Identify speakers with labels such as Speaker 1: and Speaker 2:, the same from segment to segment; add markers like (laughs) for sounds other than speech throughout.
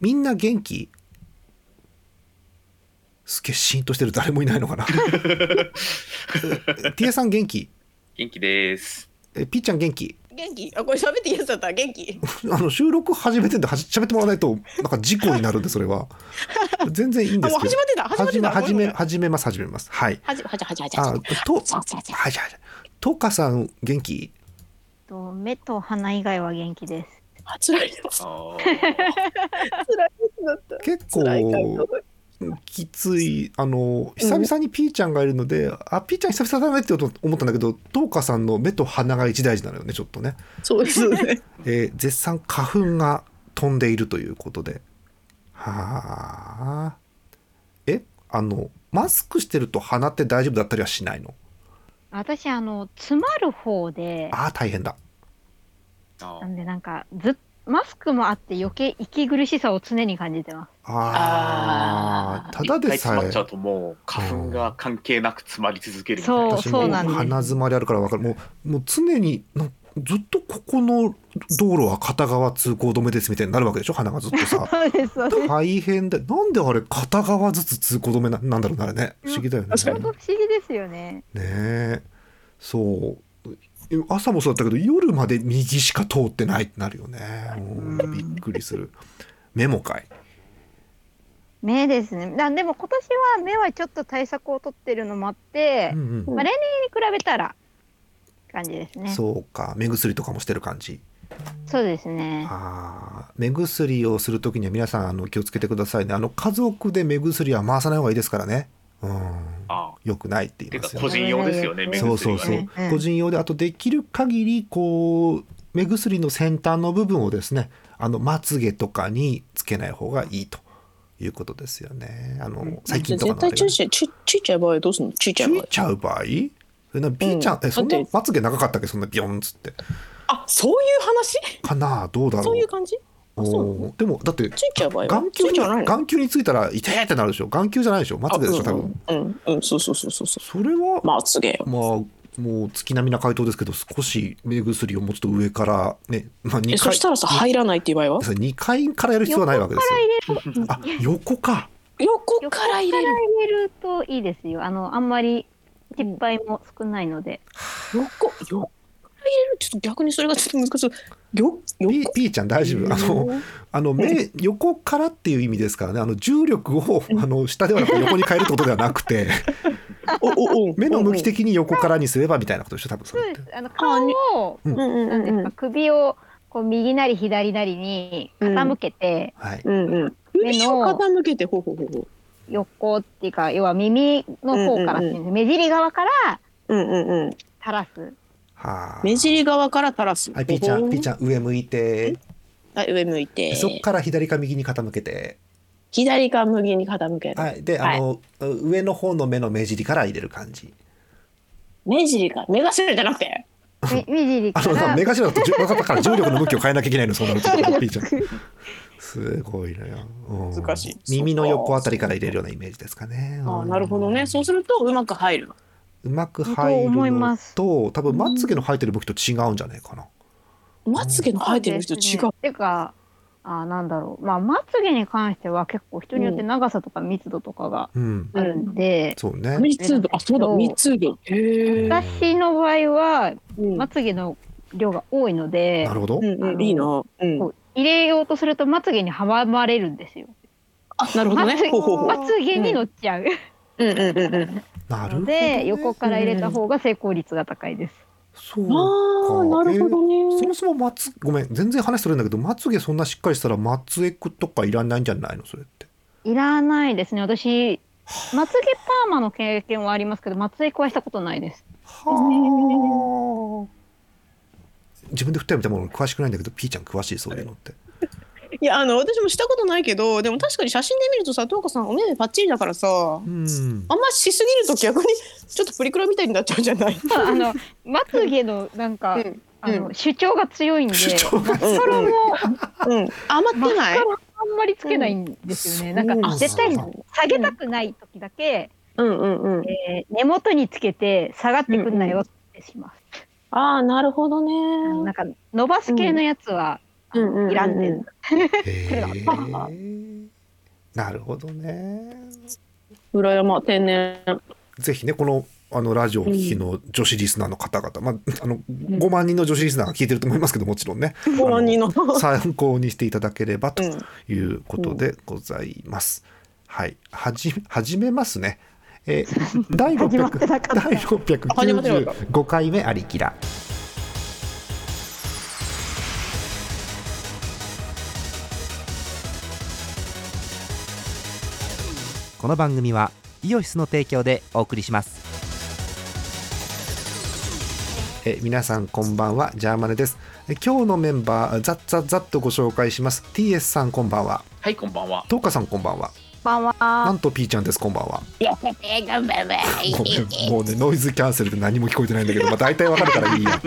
Speaker 1: みんな元気すげえシーンとしてる誰もいないのかな (laughs) ティエさん元気
Speaker 2: 元気です。
Speaker 1: えピーちゃん元気
Speaker 3: 元気あこれ喋っていいやつだった元気
Speaker 1: あの収録始めてんではし喋ってもらわないとなんか事故になるんでそれは全然いいん
Speaker 3: あ
Speaker 1: で
Speaker 3: も
Speaker 1: す
Speaker 3: う
Speaker 1: け
Speaker 3: 始
Speaker 1: ど
Speaker 3: まって
Speaker 1: 始め
Speaker 3: た始まってた
Speaker 1: 始め始めます始めますはい
Speaker 3: はじはじはじはじ
Speaker 1: あ
Speaker 3: はじ
Speaker 1: と
Speaker 3: そうそうそう
Speaker 1: はいはいはいトカさん元気
Speaker 4: と目と鼻以外は元気です。
Speaker 3: あ辛いです
Speaker 2: あ
Speaker 3: 辛いですだった
Speaker 1: 結
Speaker 3: 辛い感
Speaker 1: 構
Speaker 3: 動
Speaker 1: きついあの久々にピーちゃんがいるので、あピーちゃん久々だねって思ったんだけどトーカさんの目と鼻が一大事なのよねちょっとね、
Speaker 3: そうですね
Speaker 1: えー絶賛花粉が飛んでいるということではあえあのマスクしてると鼻って大丈夫だったりはしないの
Speaker 4: 私あの詰まる方で
Speaker 1: あー大変だ
Speaker 2: あ
Speaker 4: なんでなんかずっマスクもあって余計息苦しさを常に感じてます。
Speaker 1: あー
Speaker 3: あー
Speaker 1: ただでさ
Speaker 2: 一回詰まっ
Speaker 1: え
Speaker 2: ちゃうともう花粉が関係なく詰まり続けるみたいな。
Speaker 1: 私
Speaker 4: そう
Speaker 1: も
Speaker 4: そうなんです
Speaker 1: 鼻詰まりあるから分かるもうもう常になんずっとここの道路は片側通行止めですみたいになるわけでしょ鼻がずっとさ
Speaker 4: (laughs) そうですそうです。
Speaker 1: 大変でなんであれ片側ずつ通行止めななんだろうなあれね不思議だよね
Speaker 3: 確か
Speaker 4: 本当不思議ですよね。
Speaker 1: ねえそう朝もそうだったけど夜まで右しか通ってないってなるよねうん
Speaker 3: うん
Speaker 1: びっくりするメモかい
Speaker 4: 目ですね。なでも今年は目はちょっと対策を取ってるのもあって、
Speaker 1: うんうん
Speaker 4: まあ、例年に比べたらって感じですね。そう
Speaker 1: そうか目薬とかもしてる感じ
Speaker 4: ですね。
Speaker 1: あー目薬をするときには皆さんあの気をつけてくださいねあの家族で目薬は回さない方がいいですからねうん
Speaker 2: あ
Speaker 1: よくないって言
Speaker 2: ーて
Speaker 1: いま
Speaker 2: か
Speaker 1: すよ
Speaker 2: 個人用ですよね、目薬
Speaker 1: そ
Speaker 2: は
Speaker 1: う
Speaker 2: ね。
Speaker 1: そうそう、
Speaker 4: ねうん
Speaker 1: 個人用であとできる限りこう目薬の先端の部分をですねあのまつげとかにつけない方がいいということですよねあの最近とか
Speaker 3: 絶
Speaker 1: のあれ
Speaker 3: 対
Speaker 1: が
Speaker 3: 注意してちちいちゃい場合どうすんのちいちゃい
Speaker 1: つ
Speaker 3: 場
Speaker 1: い
Speaker 3: 合
Speaker 1: ちゃう場合えなピーちゃん、
Speaker 3: うん
Speaker 1: えそんな
Speaker 3: だって
Speaker 1: まつげ長かったっけそんなビヨンっつって
Speaker 3: あそういう話
Speaker 1: かなどうだろう
Speaker 3: そういう感じあそう
Speaker 1: おーでもだって
Speaker 3: ついちゃう場合は
Speaker 1: 眼球
Speaker 3: つい
Speaker 1: に
Speaker 3: ちゃわないの
Speaker 1: 眼球についたら痛えってなるでしょ眼球じゃないでしょまつげでしょ多分
Speaker 3: あうんうんうんそうそうそうそうそ
Speaker 1: それは
Speaker 3: うまあすげえ
Speaker 1: まあもう月並みな回答ですけど少し目薬をもうちょっと上からねまあ2
Speaker 3: えそ
Speaker 1: 回
Speaker 3: したらさ入らないっていう場合は
Speaker 1: それ二階からやる必要はないわけですよ
Speaker 4: 横から入れる。
Speaker 1: あ横か
Speaker 3: 横から入れる
Speaker 4: 入れるといいですよ。あのあんまり失敗も少ないので。
Speaker 3: 横横から入れるちょっと逆にそれがちょっと難しいよ横
Speaker 1: P, P ちゃん大丈夫あのあの目横からっていう意味ですからねあの重力をあの下ではなくて横に変えるってことではなくて
Speaker 3: おおお
Speaker 1: 目の向き的に横からにすればみたいなことでしょ多分そ
Speaker 4: そう
Speaker 1: れっ
Speaker 4: で
Speaker 1: て
Speaker 4: す。あの顔を
Speaker 1: うん
Speaker 3: うんうん
Speaker 4: なんですか首をこう右なり左なりに傾けて、
Speaker 1: はい
Speaker 3: うんうん
Speaker 4: 目
Speaker 3: 目を
Speaker 4: の
Speaker 3: 傾けてほうほうほうほう
Speaker 4: 横っていうか要は耳の方からっていうんです目尻側から
Speaker 3: うんうんうん
Speaker 4: 垂ら
Speaker 3: (laughs)
Speaker 4: す
Speaker 1: はあ
Speaker 3: 目尻側から垂らす
Speaker 1: はい P ちゃん P ち
Speaker 3: ゃ
Speaker 1: ゃん上向いて
Speaker 3: んはい上向いて
Speaker 1: そっから左か右に傾けて
Speaker 3: 左側右に傾ける
Speaker 1: はいであの、上の方の目の目尻から入れる感じ
Speaker 3: 目尻から目頭じゃなくて
Speaker 4: み目尻
Speaker 1: あ
Speaker 4: か
Speaker 1: の
Speaker 4: ら
Speaker 1: 目頭だとじゅ分かったから重力の向きを変えなきゃいけないのそうなると
Speaker 3: (laughs)
Speaker 1: P ちゃんすごいのよ。うん
Speaker 3: 難しい
Speaker 1: 耳の横あたりから入れるようなイメージですかね。
Speaker 3: あ
Speaker 1: う
Speaker 3: あ
Speaker 1: ん
Speaker 3: なるほどねそうするとうまく入るの
Speaker 1: うまく入る
Speaker 4: と思い
Speaker 1: の
Speaker 4: ます
Speaker 1: と、多分まつげの生えてる向きと違うんじゃないかな。
Speaker 3: まつげの生えてる人違
Speaker 4: そうですねてかあなんだろうまあまつげに関しては結構人によって長さとか密度とかが
Speaker 1: うん、
Speaker 4: あるんで、
Speaker 1: そうね。
Speaker 3: 密度あそうだ密度へえ
Speaker 4: 私の場合は
Speaker 3: うん
Speaker 4: まつげの量が多いので
Speaker 1: なるほど
Speaker 3: う。んうんいいなうん
Speaker 4: こう入れようとするとまつげに阻まれるんですよ。
Speaker 3: あなるほど
Speaker 4: ま
Speaker 3: ね
Speaker 4: つ
Speaker 3: ほうほうほう
Speaker 4: まつげに乗っちゃう
Speaker 3: うんうんうんうん
Speaker 1: なるほ
Speaker 4: の
Speaker 1: ど、
Speaker 4: で、
Speaker 1: ね。
Speaker 4: 横から入れた方が成功率が高いです。
Speaker 1: そう。
Speaker 3: ああなるほど
Speaker 1: そ
Speaker 3: ね。
Speaker 1: もそもまつごめん全然話するんだけどまつげそんなしっかりしたらまつエクとかいらないんじゃないのそれって
Speaker 4: いらないですね。私まつげパーマの経験はありますけど、まつげ加えしたことないです。
Speaker 1: はあ自分で振ったみたいなもの詳しくないんだけどピーちゃん詳しいそういうのって
Speaker 3: いやあの私もしたことないけどでも確かに写真で見るとさ東子さんお目目パッチリだからさあ
Speaker 1: うん
Speaker 3: んましすぎると逆に (laughs) ちょっとプリクラみたいになっちゃうんじゃない
Speaker 4: ただあのまつげのなんか、
Speaker 3: うん
Speaker 4: あの主張が強いんで、
Speaker 1: 主張
Speaker 4: マスカラ
Speaker 3: う
Speaker 4: も
Speaker 3: ん余って
Speaker 4: マ
Speaker 3: な
Speaker 4: ス
Speaker 3: い
Speaker 4: カラあんまりつけないんですよね。
Speaker 1: うん
Speaker 4: なんか
Speaker 1: そう
Speaker 4: 絶対に
Speaker 1: なん
Speaker 4: 下げたくない時だけ、
Speaker 3: うんうんうん
Speaker 4: えー根元につけて下がってくんなよってします。
Speaker 3: ああなるほどね
Speaker 4: あのなんか伸ばす系のやつは、
Speaker 3: うんうんうんうん
Speaker 4: いらんねん。
Speaker 1: へえなるほどね
Speaker 3: 裏山天然
Speaker 1: ぜひねこのあのラジオを聴きの女子リスナーの方々、まあ、あの5万人の女子リスナーが聞いてると思いますけどもちろんね
Speaker 3: 5万人の。
Speaker 1: 参考にしていただければと
Speaker 3: うん
Speaker 1: いうことでございます。はい、はじ始めますね。え
Speaker 4: (laughs)
Speaker 1: ー第
Speaker 4: 始まってなかった
Speaker 1: 600
Speaker 3: 始まってな
Speaker 1: 第
Speaker 3: かっ
Speaker 1: 695回目ありきら。
Speaker 5: この番組はイオシスの提供でお送りします
Speaker 1: えー皆さんこんばんはジャーマネです。えー今日のメンバーざっざっざっとご紹介します。T.S. さんこんばんは。
Speaker 2: はい、こんばんは。
Speaker 1: トーカさんこんばんは。
Speaker 4: ばん
Speaker 1: な
Speaker 4: は。
Speaker 1: んと P ちゃんですこんばんは。ごめんもうねノイズキャンセルで何も聞こえてないんだけど、まあ大体わかるからいいや。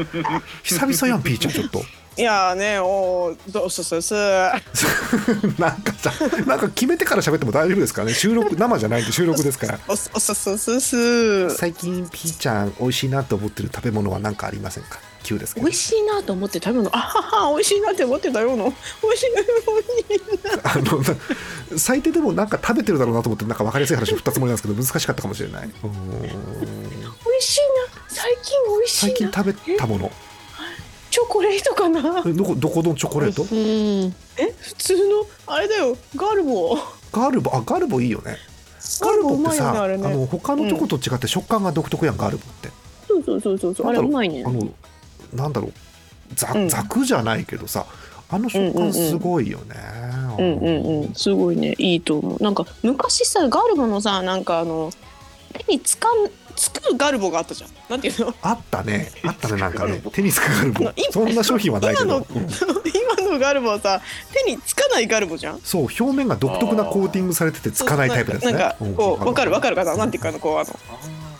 Speaker 1: 久々やん P ちゃんちょっと。
Speaker 3: (laughs)
Speaker 1: (laughs)
Speaker 3: いやーね、おーどうすすす。
Speaker 1: なんかさ、なんか決めてから喋っても大丈夫ですからね。収録生じゃないんで収録ですから。
Speaker 3: おすおすすすす。
Speaker 1: 最近ピーちゃん美味しいなと思ってる食べ物は何かありませんか？急ですけ
Speaker 3: 美
Speaker 1: ど
Speaker 3: 味。しいなと思って食べるの。あはは、美味しいなって思ってたようの。美味しいな、美味しいな。
Speaker 1: あのな最低でもなんか食べてるだろうなと思ってなんか分かりやすい話を振ったつもりなんですけど難しかったかもしれない。うーん
Speaker 3: 美味しいな。最近美味
Speaker 1: 最
Speaker 3: しい
Speaker 1: 近
Speaker 3: な。
Speaker 1: 食べたもの。
Speaker 3: チョコレートかな。
Speaker 1: えどこどこのチョコレート？
Speaker 4: しい。
Speaker 3: え、普通の、あれだよ、ガルボ。
Speaker 1: ガルボあガルボいいよね。
Speaker 3: ガ
Speaker 1: ガル
Speaker 3: ルボ
Speaker 1: ボ
Speaker 3: う
Speaker 1: って
Speaker 3: まいよ
Speaker 1: さ、
Speaker 3: ね、
Speaker 1: あ
Speaker 3: あれね。
Speaker 1: の他のチョコと違って食感が独特やんガルボって。
Speaker 3: そうそうそうそうそう、あ
Speaker 1: なんだ
Speaker 3: れう
Speaker 1: ろう
Speaker 3: まいね
Speaker 1: あ。のなんだろうざ
Speaker 3: うん
Speaker 1: ざくじゃないけどさ、あの食感すごいよね。
Speaker 3: うんうんうん、すごいね、いいと思う。なんか昔さ、ガルボのさ、なんかあの。手につかん、つくガルボがあったじゃん。なんていうの。
Speaker 1: あったね、あったね、なん
Speaker 3: (laughs)
Speaker 1: かね、テニスかかる
Speaker 3: あの今
Speaker 1: (laughs) そんな商品はないけ
Speaker 3: 今
Speaker 1: ど
Speaker 3: の、 (laughs)
Speaker 1: うん
Speaker 3: 今のガルボはさ手につかないガルボじゃん
Speaker 1: そう、表面が独特なコーティングされてて、つかないタイプですね。
Speaker 3: なんかなんかこうわかるわかるかななんていうかあのこうあの
Speaker 2: あ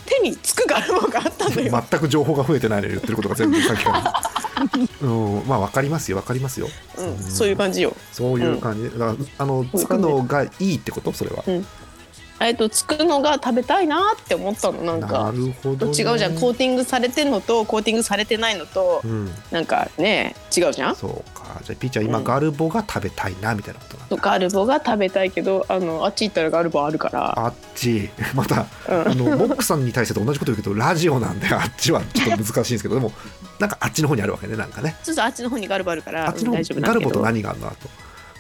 Speaker 3: 手につくガルボがあったんだよ、
Speaker 1: 全く情報が増えてないのに言ってることが全部さっき
Speaker 3: (laughs)
Speaker 1: から。うん、まあ、わかりますよ、わかりますよ。
Speaker 3: うん、そういう感じよ
Speaker 1: そういう感じ、だからあの、
Speaker 3: じ
Speaker 1: つくのがいいってこと、それは。
Speaker 3: えっとつくのが食べたいなって思ったのなん
Speaker 1: な
Speaker 3: か
Speaker 1: るほど、
Speaker 3: 違う
Speaker 1: ね。
Speaker 3: じゃんコーティングされてんのとコーティングされてないのと
Speaker 1: うん、
Speaker 3: なんかね違うじゃん
Speaker 1: そうか、じゃあ、ピーちゃん、今、
Speaker 3: うん
Speaker 1: ガルボが食べたいなみたいなことなんだ。
Speaker 3: ガルボが食べたいけどあのあっち行ったらガルボあるか
Speaker 1: あっち (laughs) また
Speaker 3: ら、う
Speaker 1: あ
Speaker 3: ん、
Speaker 1: のモックさんに対してと同じこと言うけどラジオなんであっちはちょっと難しいんですけどでもなんかあっちの方にあるわけねなんかね
Speaker 3: そうそうあっちの方にガルボあるから
Speaker 1: あっちの
Speaker 3: うん
Speaker 1: 方
Speaker 3: 大丈夫な
Speaker 1: ガル
Speaker 3: んだけ
Speaker 1: ボと
Speaker 3: ど
Speaker 1: 何があるのあと、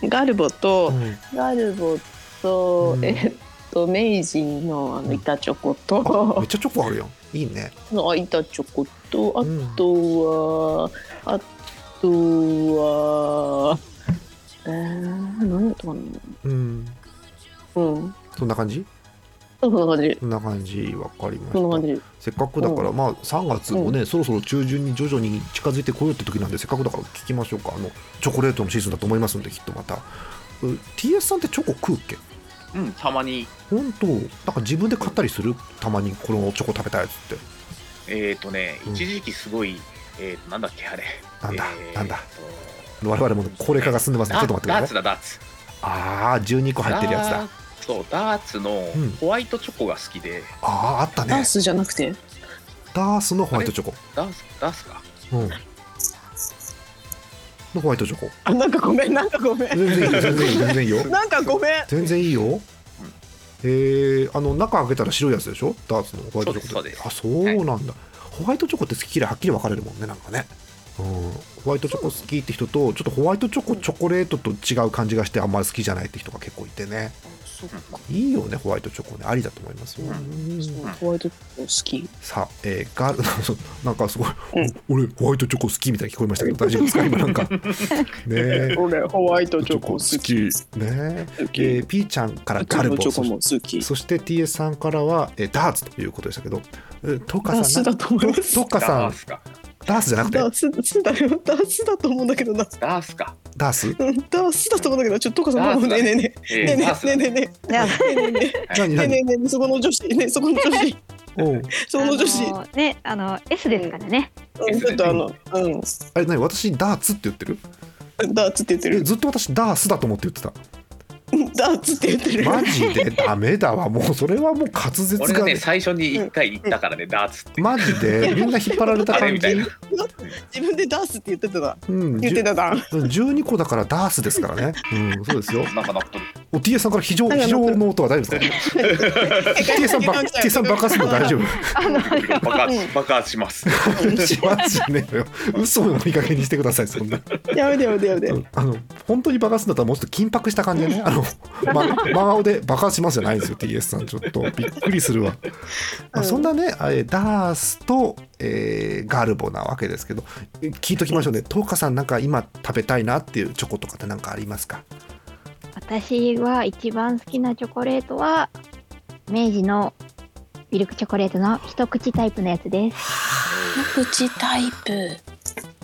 Speaker 3: ガルボと、
Speaker 1: うん
Speaker 3: ガルボと、
Speaker 1: うん
Speaker 3: えっと明治のあ
Speaker 1: うん
Speaker 3: の板チョコ
Speaker 1: あめ
Speaker 3: と
Speaker 1: っ、ちゃチョコあるよいいね
Speaker 3: あ板チョコとあ
Speaker 1: うん
Speaker 3: とは、あとはえー、何だったかな
Speaker 1: うん
Speaker 3: うん
Speaker 1: そんな感じ
Speaker 3: そんな感じ
Speaker 1: そんな感じわかりま
Speaker 3: そんな
Speaker 1: し
Speaker 3: 感
Speaker 1: た
Speaker 3: じ
Speaker 1: せっかくだから、まあ3月もね、そろそろ中旬に徐々に近づいてこようって時なんでせっかくだから聞きましょうかあのチョコレートのシーズンだと思いますんできっとまたう TS さんってチョコ食うっけ
Speaker 2: ーうん、たまに、
Speaker 1: 本当なんか自分で買ったりするたまにこのチョコ食べたやつって
Speaker 2: えっ、ー、とね、
Speaker 1: うん
Speaker 2: 一時期すごい、えーと、なんだっけ、あれ。
Speaker 1: なんだ
Speaker 2: えー
Speaker 1: なんだ
Speaker 2: と
Speaker 1: 我々も高齢化が進んでますねちょっと待ってくだ
Speaker 2: ダー
Speaker 1: さい
Speaker 2: ツだ、ダーツ。
Speaker 1: ああ12個入ってるやつだ
Speaker 2: ダー。そう、ダーツの
Speaker 1: ん
Speaker 2: ホワイトチョコが好きで、
Speaker 1: ああーあった
Speaker 3: ダ
Speaker 1: ね
Speaker 3: ンスじゃなくて
Speaker 1: ダースのホワイトチョコ
Speaker 2: ダーツ、ダーツか。
Speaker 1: うんのホワイトチョコ
Speaker 3: あなんかごめんなんかごめん
Speaker 1: 全然いいよ全然いいよ全然いいよ
Speaker 3: なんかごめん
Speaker 1: 全然いいよえー、あの中開けたら白いやつでしょダーツのホワイトチョコって
Speaker 2: そうです
Speaker 1: あそうなんだ、ホワイトチョコって好き嫌いはっきり分かれるもんねなんかねうん、ホワイトチョコ好きって人とちょっとホワイトチョコチョコレートと違う感じがしてあんまり好きじゃないって人が結構いてねいいよねホワイトチョコねありだと思いますよ、
Speaker 2: う
Speaker 3: ホワイトチョコ好き
Speaker 1: さあ、えー、ガール (laughs) なんかすごい、
Speaker 3: うん
Speaker 1: お俺ホワイトチョコ好きみたいに聞こえましたけど大丈夫ですか今なん
Speaker 2: (laughs)
Speaker 1: かねえ
Speaker 3: 俺ホワイト
Speaker 1: ねえ
Speaker 3: 好
Speaker 1: えー、ピーちゃんからガルボそし
Speaker 3: 好き
Speaker 1: そして TS さんからは、えー、ダーツということでしたけどえートカ
Speaker 3: ダン
Speaker 1: さ
Speaker 3: ス
Speaker 1: んな
Speaker 3: だと思います
Speaker 1: トカさ
Speaker 2: ダ
Speaker 1: ん
Speaker 2: ーツか。
Speaker 1: ダースじゃなくて
Speaker 3: ダーススだよダースだと思うんだけどな
Speaker 2: ダーツか。
Speaker 1: ダース
Speaker 3: うんダースだと思うんだけどちょっとトカさ
Speaker 2: ダー
Speaker 3: ん
Speaker 2: スだ
Speaker 3: ねえねえね
Speaker 2: え
Speaker 3: え
Speaker 2: ー
Speaker 3: ねえね
Speaker 2: ダーツ
Speaker 3: え
Speaker 2: だ
Speaker 3: ねえね
Speaker 4: いや
Speaker 3: えねえね
Speaker 1: 何
Speaker 3: えねえ
Speaker 1: 何
Speaker 3: ねえねえねえねえそこの女子ねえそこの女子
Speaker 1: おう
Speaker 3: そこの女子
Speaker 4: あのね、あの S ですからね。
Speaker 3: うんちょっとあのうん
Speaker 1: あれ何私ダーツって言ってる
Speaker 3: ダーツって言って
Speaker 1: え
Speaker 3: る
Speaker 1: ずっと私ダースだと思って言ってた
Speaker 3: うんダーツって言ってる
Speaker 1: マジでダメだわもうそれはもう滑舌
Speaker 2: 俺
Speaker 1: が、
Speaker 2: がね、最初に一回行ったからね、ダーツって。
Speaker 1: マジでみんな引っ張られた
Speaker 2: あれ (laughs)
Speaker 1: 感
Speaker 2: みたい
Speaker 1: じ
Speaker 2: な。
Speaker 3: 自分でダースって言ってたな
Speaker 1: うん、
Speaker 3: 言ってたな
Speaker 1: 12個だからダースですからね。うん、そうですよ。
Speaker 2: なんかなっとる。
Speaker 1: おお T.A. さんから非常
Speaker 3: なんか
Speaker 1: 非常の音は大丈夫ですか T.A. さんば T.A. さん爆発するの大
Speaker 3: (laughs)
Speaker 1: 丈夫
Speaker 2: (laughs) 爆発爆発します。
Speaker 1: しますねえのよ嘘をいい加減にしてくださいそんな
Speaker 3: やめてやめてやめて
Speaker 1: あの本当に爆発するんだったらもうちょっと緊迫した感じでねあの、ま、真顔で爆発しますじゃないんですよ T.S. さんちょっとびっくりする
Speaker 3: (laughs)
Speaker 1: わ、まあ、そんなねあえダースと、えーガルボなわけですけどえ聞いときましょうねトーカさんなんか今食べたいなっていうチョコとかって何かありますか
Speaker 4: 私は一番好きなチョコレートは明治のミルクチョコレートの一口タイプのやつです。
Speaker 3: 口タイプ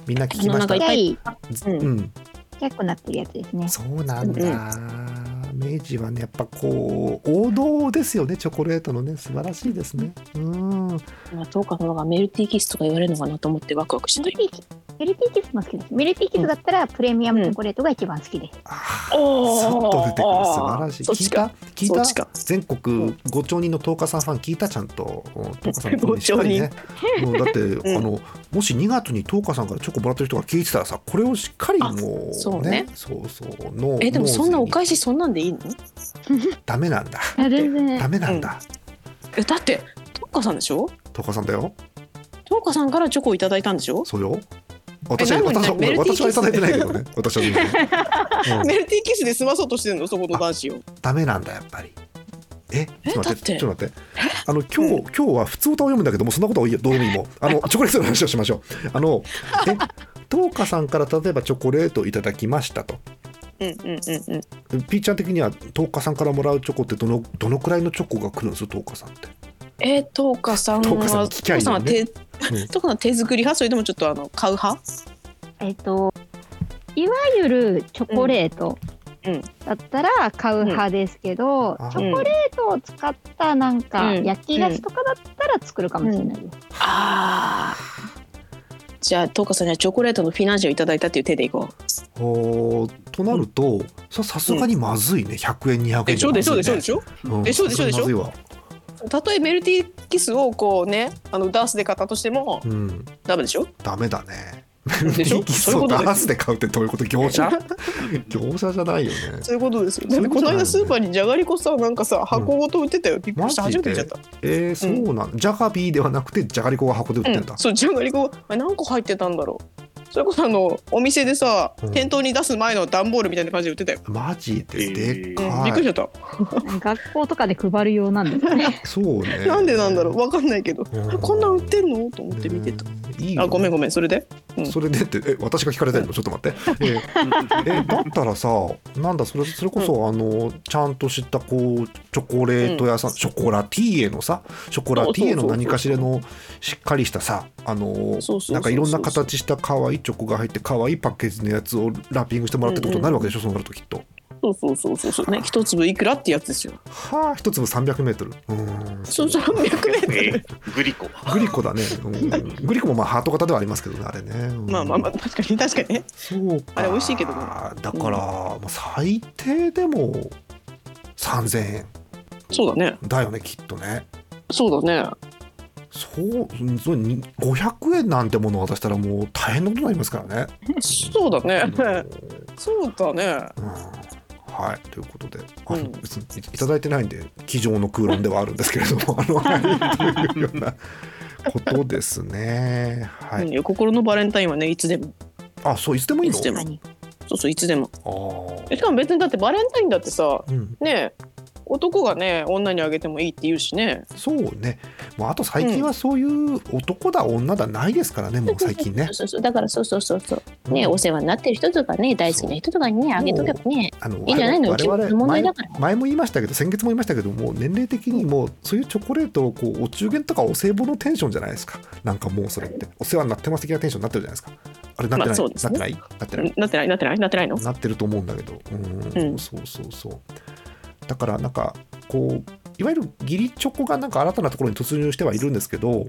Speaker 1: みんな聞きまし
Speaker 3: あのなんか
Speaker 1: た
Speaker 3: いっぱい
Speaker 1: うん、
Speaker 4: 結構なってるやつですね。
Speaker 1: そうなんだ、明治はねやっぱこう王道ですよねチョコレートのね素晴らしいですねうん
Speaker 3: まあ、どうかのがメルティーキスとか言われるのかなと思ってワクワクして
Speaker 4: ミ
Speaker 3: た
Speaker 4: ルティーキミルティーキスも好きです。ミルティーキスだったらプレミアムチョコレートが一番好きです。
Speaker 1: あー
Speaker 3: おー
Speaker 1: さっと出てくる素晴らしい
Speaker 3: そっ
Speaker 1: 聞い
Speaker 3: ち
Speaker 1: た
Speaker 3: か
Speaker 1: 聞い
Speaker 3: そ
Speaker 1: た
Speaker 3: っちか
Speaker 1: 全国5兆人の10日さんファン聞いたちゃんと10日さ
Speaker 3: (laughs)
Speaker 1: んの声にしたいねもうだって、
Speaker 3: ん
Speaker 1: あのもし2月に10日さんからチョコもらってる人が聞いてたらさこれをしっかりもうね
Speaker 3: あそうね
Speaker 1: そうそうの
Speaker 3: えでもそんなお
Speaker 1: い
Speaker 3: 返しそんなんでいいの
Speaker 1: ダメなんだ
Speaker 4: あ全
Speaker 1: ダ
Speaker 4: 然。
Speaker 1: メなんだ
Speaker 3: えだってトーカさんでしょ
Speaker 1: 10日さんだよ
Speaker 3: トーカさんからチョコをいただいたんでしょ
Speaker 1: そうよ私は
Speaker 3: なのに
Speaker 1: 私は
Speaker 3: メルティーキス
Speaker 1: 私はいただいてないけど
Speaker 3: (laughs)
Speaker 1: ね私は全然、うん
Speaker 3: メルティーキスで済まそうとしてんのそこの男子を
Speaker 1: ダメなんだやっぱりえ
Speaker 3: え
Speaker 1: ちょっと待って
Speaker 3: だって
Speaker 1: ちょっと待ってあの今日、今日は普通歌を読むんだけどもうそんなことはいいよどうでもいいもうあのチョコレートの話をしましょうあのえトーカさんから例えばチョコレートをいただきましたと
Speaker 3: うんうんうんうん
Speaker 1: ピーちゃん的にはトーカさんからもらうチョコってどのどのくらいのチョコが来るんですトーカさんって
Speaker 3: えー、トーカさんは
Speaker 1: トーカさん
Speaker 3: ト
Speaker 1: 聞
Speaker 3: ー
Speaker 1: きゃい
Speaker 3: カ
Speaker 1: い
Speaker 3: さん
Speaker 1: の
Speaker 3: は
Speaker 1: に
Speaker 3: 手
Speaker 1: ね
Speaker 3: トーカさんは手作り派それともちょっとあの買う派
Speaker 4: えっといわゆるチョコレート
Speaker 3: うんうん
Speaker 4: だったら買う派ですけど、
Speaker 1: うん
Speaker 4: チョコレートを使ったなんか
Speaker 3: うん
Speaker 4: 焼き菓子とかだったら作るかもしれないです。
Speaker 3: ああじゃあトーカさんにはチョコレートのフィナンシェをいただいたっていう手でいこう
Speaker 1: おーとなると、それさすがにまずいね100円200円
Speaker 3: でしょでしょでしょでし
Speaker 1: ょ
Speaker 3: ょでしょでしょでしょ
Speaker 1: まずいわ
Speaker 3: たとえメルティーキスをこうねあのダースで買ったとしても
Speaker 1: うん
Speaker 3: ダメでしょ
Speaker 1: ダメだね
Speaker 3: でしょ
Speaker 1: メルティーキス
Speaker 3: そういう
Speaker 1: を
Speaker 3: こと
Speaker 1: ダ
Speaker 3: です
Speaker 1: ースで買うってどういうこと業者 (laughs) 業者じゃないよね
Speaker 3: そういうことですよ
Speaker 1: そう
Speaker 3: だっ
Speaker 1: いう
Speaker 3: て
Speaker 1: こと
Speaker 3: こ
Speaker 1: なんだね
Speaker 3: の間スーパーにじゃがりこさなんかさ箱ごと売ってたよびっくりした
Speaker 1: マ
Speaker 3: 初
Speaker 1: ジ
Speaker 3: め
Speaker 1: で
Speaker 3: て見ちゃった
Speaker 1: えー、そうなん、ジャガビーではなくてジャガリコが箱で売ってんだ、
Speaker 3: うん、そうじゃがりこあれ何個入ってたんだろうそれこそあのお店でさ、
Speaker 1: うん
Speaker 3: 店頭に出す前の段ボールみたいな感じで売ってたよ、
Speaker 1: マジででっ
Speaker 2: え
Speaker 3: うん
Speaker 1: か
Speaker 3: び
Speaker 1: い、
Speaker 3: っくりしちゃった、
Speaker 4: 学校とかで配る用なんです
Speaker 1: (laughs)
Speaker 4: かね。
Speaker 1: そうね
Speaker 3: なんでなんだろうわかんないけど、
Speaker 1: うん
Speaker 3: こんなん売ってんのと思って見てた、
Speaker 1: うんいいよ
Speaker 3: あごめんごめんそれでうん
Speaker 1: それでってえ私が聞かれたいのちょっと待って、えーえだったらさなんだそれそれこそ、あのちゃんと知ったこうチョコレート屋さん、ショコラティエのさショコラティエの
Speaker 3: そうそうそうそう
Speaker 1: 何かしらのしっかりしたさあのー
Speaker 3: そうそうそうそう
Speaker 1: なんかいろんな形した可愛いチョコが入って可愛いパッケージのやつをラッピングしてもらってってことになるわけでしょ、そうなるときっと。
Speaker 3: そうそうそうそうそうね一粒いくらってやつですよ
Speaker 1: はあ一粒 300m うーん
Speaker 3: そうそう300メートル、
Speaker 2: えーグリコ。
Speaker 1: グリコだね、
Speaker 3: (laughs)
Speaker 1: うん、グリコもまあハート型ではありますけどねあれね、うん
Speaker 3: まあまあまあ確かに確かにね
Speaker 1: そうか
Speaker 3: あれ美味しいけどね
Speaker 1: だから、まあ最低でも3000円
Speaker 3: そうだね
Speaker 1: だよねきっとね
Speaker 3: そうだね
Speaker 1: そううんそうに500円なんてものを渡したらもう大変なことになりますからね、
Speaker 3: そうだ
Speaker 1: う
Speaker 3: ね
Speaker 1: ん
Speaker 3: (laughs) そうだね
Speaker 1: うんはいということで、あ
Speaker 3: うん
Speaker 1: 別にいただいてないんで机上の空論ではあるんですけれどもあの
Speaker 3: (laughs)
Speaker 1: はいというようなことですねはい、
Speaker 3: うんよ心のバレンタインはねいつでも
Speaker 1: あそういつでもいいの
Speaker 3: いつでも
Speaker 4: 確かに
Speaker 3: そうそういつでも
Speaker 1: あ
Speaker 3: えしかも別にだってバレンタインだってさ
Speaker 1: ーうん、
Speaker 3: ねえ男がね女にあげてもいいって言うしね
Speaker 1: そうね、まあ、あと最近はそういう男だ女だないですからね、もう最近ね。
Speaker 6: そうそうだからそうそうそうそうね、
Speaker 1: うん
Speaker 6: お世話になってる人とかね大好きな人とかにねあげとけばね
Speaker 1: あの
Speaker 6: いいんじゃないの
Speaker 1: 我々
Speaker 6: うちの問題だから
Speaker 1: 前前も言いましたけど先月も言いましたけどもう年齢的にもうそういうチョコレートをこうお中元とかお歳暮のテンションじゃないですかなんかもうそれってお世話になってます的なテンションになってるじゃないですかあれなって
Speaker 3: ま
Speaker 1: な
Speaker 3: あ
Speaker 1: い、
Speaker 3: そうです
Speaker 1: なって
Speaker 3: ね
Speaker 1: ないなってない
Speaker 3: なってないなってないなってないの
Speaker 1: なってると思うんだけどうん、
Speaker 3: うん
Speaker 1: そうそうそうだからなんかこういわゆる義理チョコがなんか新たなところに突入してはいるんですけど、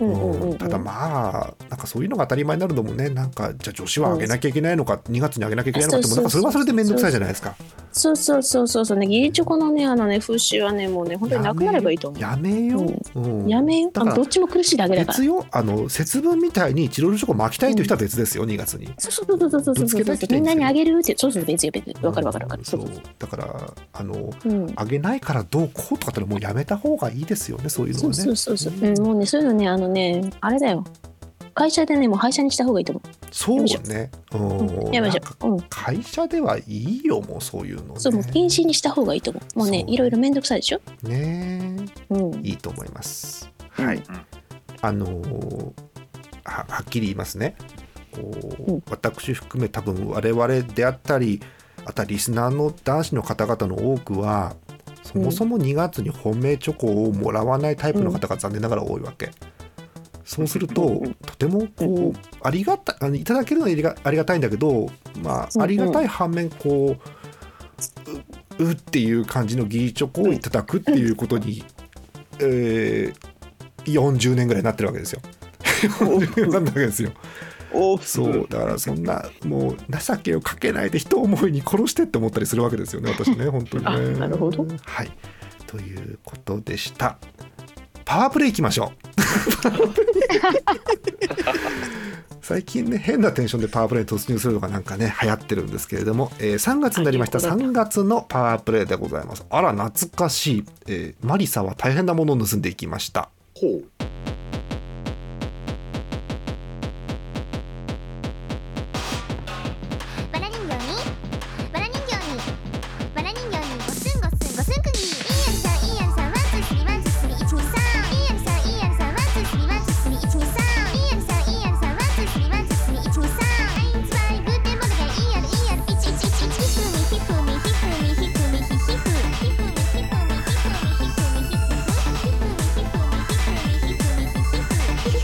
Speaker 3: うんうんうん
Speaker 1: うんただまあなんかそういうのが当たり前になるのもねなんかじゃあ女子はあげなきゃいけないのか、2月にあげなきゃいけないのかってもなんかそれはそれで面倒くさいじゃないですか
Speaker 3: そうそうそうそうそうねギリチョコのねあのね風習はねもうね本当になくなればいいと思う
Speaker 1: やめよう、うん
Speaker 6: やめよう
Speaker 1: だから
Speaker 6: どっちも苦しいだけだから
Speaker 1: 別よあの節分みたいにチロルチョコ巻きたいという人は別ですよ、2月に
Speaker 6: そうそうそうそうそう
Speaker 1: ぶつ
Speaker 6: そ
Speaker 1: け
Speaker 6: う
Speaker 1: た
Speaker 6: そ
Speaker 1: いう人
Speaker 6: みんなにあげるってそうそう別よ別よわかるわかるわかる
Speaker 1: そ
Speaker 6: そううそう
Speaker 1: だからあの
Speaker 6: うん
Speaker 1: あげないからどうこうとかってのはもうやめた方がいいですよねそういうの
Speaker 6: そ
Speaker 1: は
Speaker 6: う
Speaker 1: ね
Speaker 6: そうそうそううんもうねそういうのねあのねあれだよ会社でねもう廃車にした方がいいと思
Speaker 1: そう
Speaker 6: やめ
Speaker 1: ね
Speaker 6: う
Speaker 1: う
Speaker 6: うんんやめまし
Speaker 1: なんか
Speaker 6: ょううん
Speaker 1: 会社ではいいよもうそういうのね
Speaker 6: そうもう禁止にした方がいいと思うもうね
Speaker 1: そう
Speaker 6: いろいろ面倒くさいでしょ
Speaker 1: ねえ
Speaker 6: うん
Speaker 1: いいと思います。
Speaker 2: うん
Speaker 1: はい、あのーははっきり言いますね。こう
Speaker 6: うん
Speaker 1: 私含め多分我々であったりあたりリスナーの男子の方々の多くはそもそも2月に本命チョコをもらわないタイプの方が残念ながら多いわけ。そうすると
Speaker 6: うん
Speaker 1: とてもこうありがたあのいただけるのはありがありがたいんだけど、ま
Speaker 6: うん
Speaker 1: あ、ありがたい反面こうううっていう感じの義理チョコをいただくっていうことに、えー40年ぐらいになってるわけですよ。40年 (laughs) なんだわけですよ。
Speaker 3: お
Speaker 1: そうだからそんなもう情けをかけないで人を思いに殺してって思ったりするわけですよね私ね本当にね。
Speaker 3: (laughs) あなるほど。
Speaker 1: はい、ということでした。パワープレイいきましょう。
Speaker 3: (laughs)
Speaker 1: 最近ね変なテンションでパワープレイに突入するのがなんかね流行ってるんですけれども、えー3月になりました
Speaker 3: あよくわか
Speaker 1: 3月のパワープレイでございますあら懐かしい、えーマリサは大変なものを盗んでいきました
Speaker 2: ほう
Speaker 7: バラ人形にバラ人形にバラ人形にゴスンゴスンゴスンクギーいいやるさんいいやるさんワンツースリーワンツースリー123いいやるさんいいやるさんワンツースリーワンツースリー123いいやるさんいいやるさんワンツースリーワンツースリー123アインツバイグーテンボルガイいいやるいいやる1111ヒフミヒフミヒフミヒフミヒフミヒフミヒフミヒフミヒフミヒフミヒフミヒフミヒフミヒフミヒフミヒフミヒ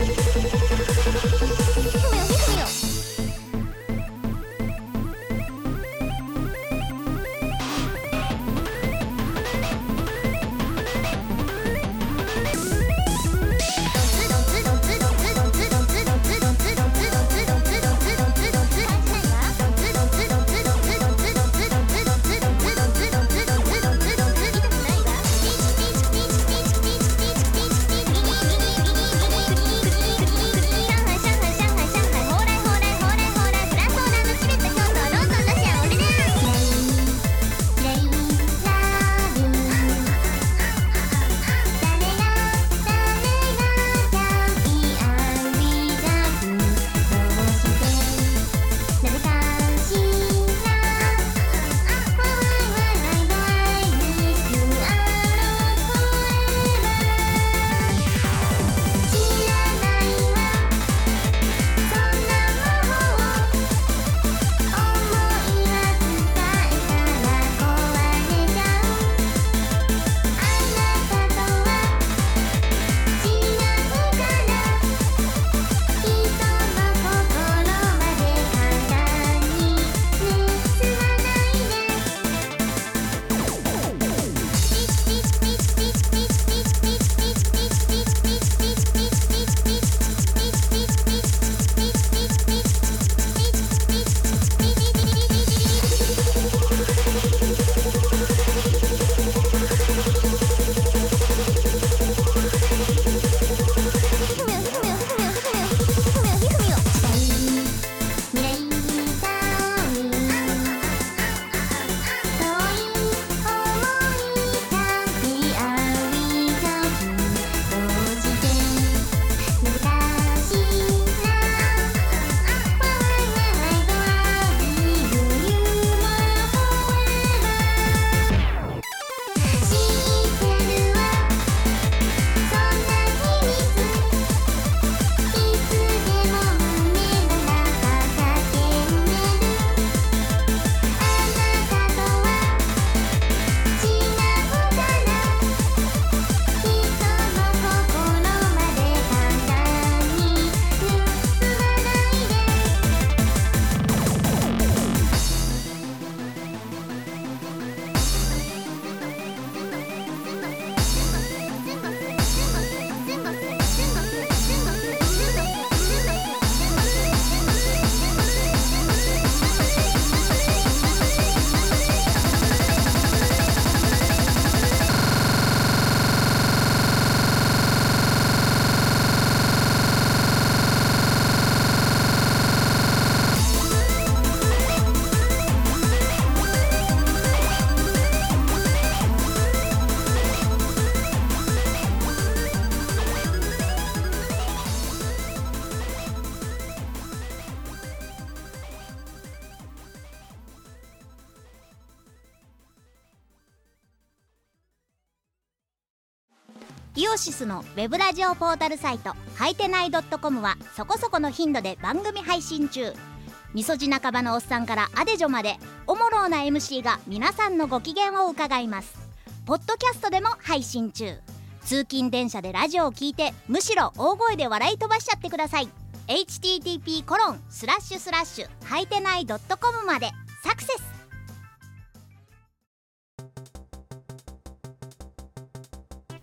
Speaker 7: フミイオシスのウェブラジオポータルサイト「はいてない .com」はそこそこの頻度で番組配信中みそじ半ばのおっさんからアデジョまでおもろうな MC が皆さんのご機嫌を伺いますポッドキャストでも配信中通勤電車でラジオを聞いてむしろ大声で笑い飛ばしちゃってください http コロンスラッシュスラッシュはいてない .com までサクセス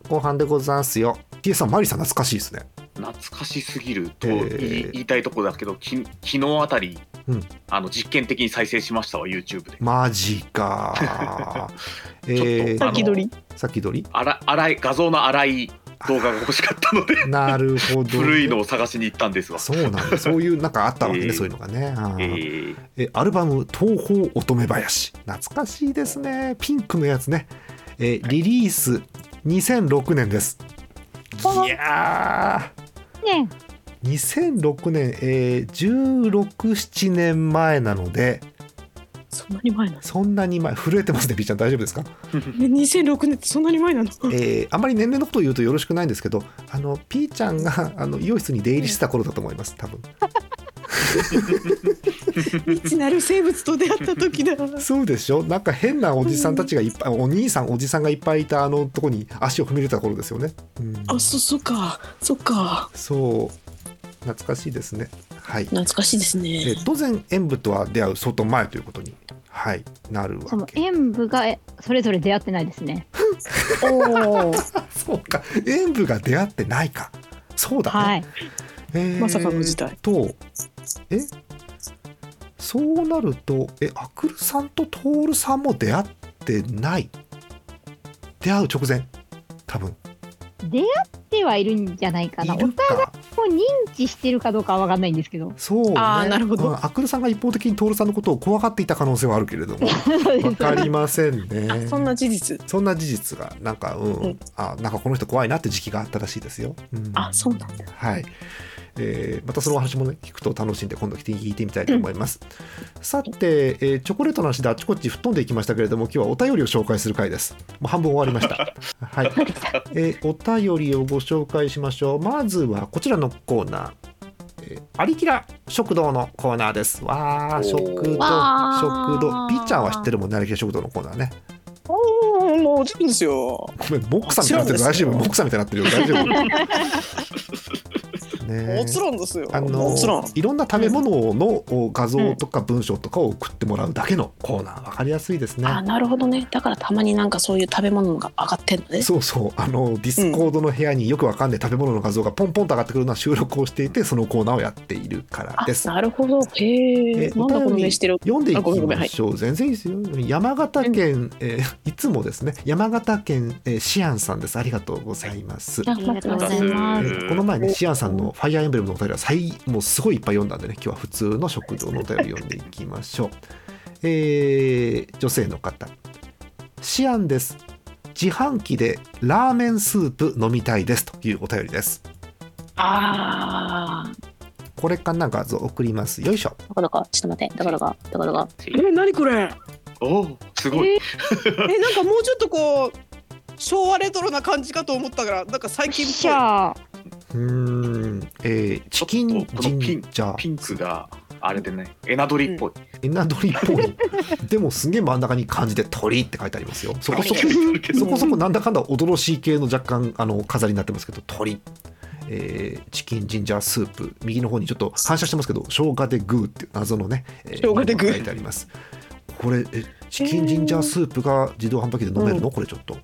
Speaker 1: 後半でござんすよ T さんマリさん懐かしいですね
Speaker 2: 懐かしすぎると
Speaker 1: え
Speaker 2: 言い,、
Speaker 1: ー
Speaker 2: 言いたいところだけどき昨日あたり、
Speaker 1: うん
Speaker 2: あの実験的に再生しましたわ YouTube で
Speaker 1: マジ
Speaker 2: (laughs)
Speaker 1: か
Speaker 2: ちょ
Speaker 1: え
Speaker 2: っとあの
Speaker 3: 先取り
Speaker 1: ー、先取り
Speaker 2: あら荒い画像の荒い動画が欲しかったので
Speaker 1: なるほど
Speaker 2: (laughs) 古いのを探しに行ったんですわ、
Speaker 1: そうなんだそういうなんかあったわけね、
Speaker 2: えー
Speaker 1: そういうのがね、あ
Speaker 2: え
Speaker 1: ー
Speaker 2: ー
Speaker 1: えアルバム「東方乙女林」懐かしいですねピンクのやつね、えーリリース2006年ですいや
Speaker 4: ね
Speaker 1: ー2006年、えー、1617年前なので
Speaker 3: そんなに前なの
Speaker 1: そんなに前震えてますねピーちゃん大丈夫ですか
Speaker 3: 2006年ってそんなに前なの
Speaker 1: (laughs) えーあんまり年齢のことを言うとよろしくないんですけどあの P ちゃんがあの美容室に出入りしてた頃だと思います多分
Speaker 3: (laughs) 未知なる生物と出会った時だ
Speaker 1: そうでしょなんか変なおじさんたちがいっぱいお兄さんおじさんがいっぱいいたあのとこに足を踏み入れた頃ですよね、うん、
Speaker 3: あそそっかそっか
Speaker 1: そう懐かしいですねはい、
Speaker 6: 懐かしいです
Speaker 1: え
Speaker 6: ね
Speaker 1: ー当然演舞とは出会う相当前ということに、はい、なる
Speaker 4: そ
Speaker 1: わ
Speaker 4: の
Speaker 1: け
Speaker 4: 演舞がえそれぞれ出会ってないですね。
Speaker 6: おお
Speaker 1: (laughs) そうか演舞が出会ってないかそうだね、
Speaker 4: はい。
Speaker 1: えー
Speaker 3: まさかの事態
Speaker 1: とえそうなるとえアクルさんとトールさんも出会ってない出会う直前多分
Speaker 4: 出会ってはいるんじゃないかな。
Speaker 1: い
Speaker 4: お
Speaker 1: る
Speaker 4: 互い
Speaker 1: か。
Speaker 4: を認知してるかどうかはわかんないんですけど
Speaker 1: そう、ね、
Speaker 3: あーなるほど
Speaker 1: うんアクルさんが一方的にトールさんのことを怖がっていた可能性はあるけれども
Speaker 4: そうで
Speaker 1: わ
Speaker 4: す
Speaker 1: かりません
Speaker 3: (laughs) あ
Speaker 1: ね
Speaker 3: そんな事実
Speaker 1: そんな事実がなんかうん、
Speaker 3: うん
Speaker 1: あなんかこの人怖いなって時期があったらしいですよ、うん
Speaker 6: あそうなんだ
Speaker 1: はい、えーまたそのお話もね聞くと楽しんで今度聞いてみたいと思います、さて、えーチョコレートの話であちこち吹っ飛んでいきましたけれども今日はお便りを紹介する回ですもう半分終わりました
Speaker 3: (laughs)
Speaker 1: はい、えーお便りをご紹介しましょうまずはこちらのコーナーえーありきら食堂のコーナーですわー
Speaker 2: おー
Speaker 1: 食堂
Speaker 6: わー
Speaker 1: 食堂ピーちゃんは知ってるもんねありきら食堂のコーナーね
Speaker 3: おおもうちろんですよ
Speaker 1: ごめんボックさんみたいになってる
Speaker 3: も
Speaker 1: 大丈夫ボ
Speaker 3: ちろんです
Speaker 1: ッ
Speaker 3: よ
Speaker 1: クさんみたいになってるよ大丈
Speaker 3: (laughs)
Speaker 1: 夫ねえ
Speaker 3: もちろんですよ
Speaker 1: あの
Speaker 3: もちろん
Speaker 1: いろんな食べ物のお画像とか文章とかを送ってもらうだけのコーナー分かりやすいですね。
Speaker 6: あなるほどねだからたまになんかそういう食べ物が上がってんのね
Speaker 1: そうそうあのディスコードの部屋によくわかんない食べ物の画像がポンポンと上がってくるのは収録をしていてそのコーナーをやっているから
Speaker 6: あ
Speaker 1: です。
Speaker 6: なるほどへ
Speaker 1: え
Speaker 6: えなんだ
Speaker 1: お
Speaker 6: こ
Speaker 1: 便
Speaker 6: の
Speaker 1: り
Speaker 6: 名してる
Speaker 1: 読んでいき
Speaker 6: あごめんごめん
Speaker 1: ましょう、全然いいですよ山形県、えーいつもですね山形県、えーシアンさんですありがとうございます
Speaker 6: ありがとうございま
Speaker 1: え
Speaker 6: す
Speaker 1: ーこの前ねシアンさんの「ファイアーエンブレム」のお便りは最もうすごいいっぱい読んだんでね今日は普通の食堂のお便り読んでいきましょう、えー女性の方シアンです自販機でラーメンスープ飲みたいですというお便りです
Speaker 6: ああ
Speaker 1: これかな画像送りますよいしょ
Speaker 6: だからかちょっと待ってだからかだからか
Speaker 3: え何これ
Speaker 2: おおすごい、
Speaker 3: えなんかもうちょっとこう昭和レトロな感じかと思ったからなんか最近っ
Speaker 4: じ
Speaker 3: ぽい
Speaker 4: ゃあ
Speaker 1: うーん、えーチキン
Speaker 2: ちょっと
Speaker 1: ジ
Speaker 2: この
Speaker 1: ンジャ
Speaker 2: ピ
Speaker 1: ー
Speaker 2: ンクがあれでねエナドリっぽい、
Speaker 1: エナドリっぽいでもすげえ真ん中に漢字で「鳥」って書いてありますよそこそこそこそこなんだかんだ驚しい系の若干あの飾りになってますけど鶏、えーチキンジンジャースープ右の方にちょっと反射してますけど生姜でグーっていう謎のね、えー
Speaker 3: 生姜でグ
Speaker 1: ものが
Speaker 3: ー
Speaker 1: 書いてありますこれえチキンジンジャースープが自動販売機で飲めるの、これちょっと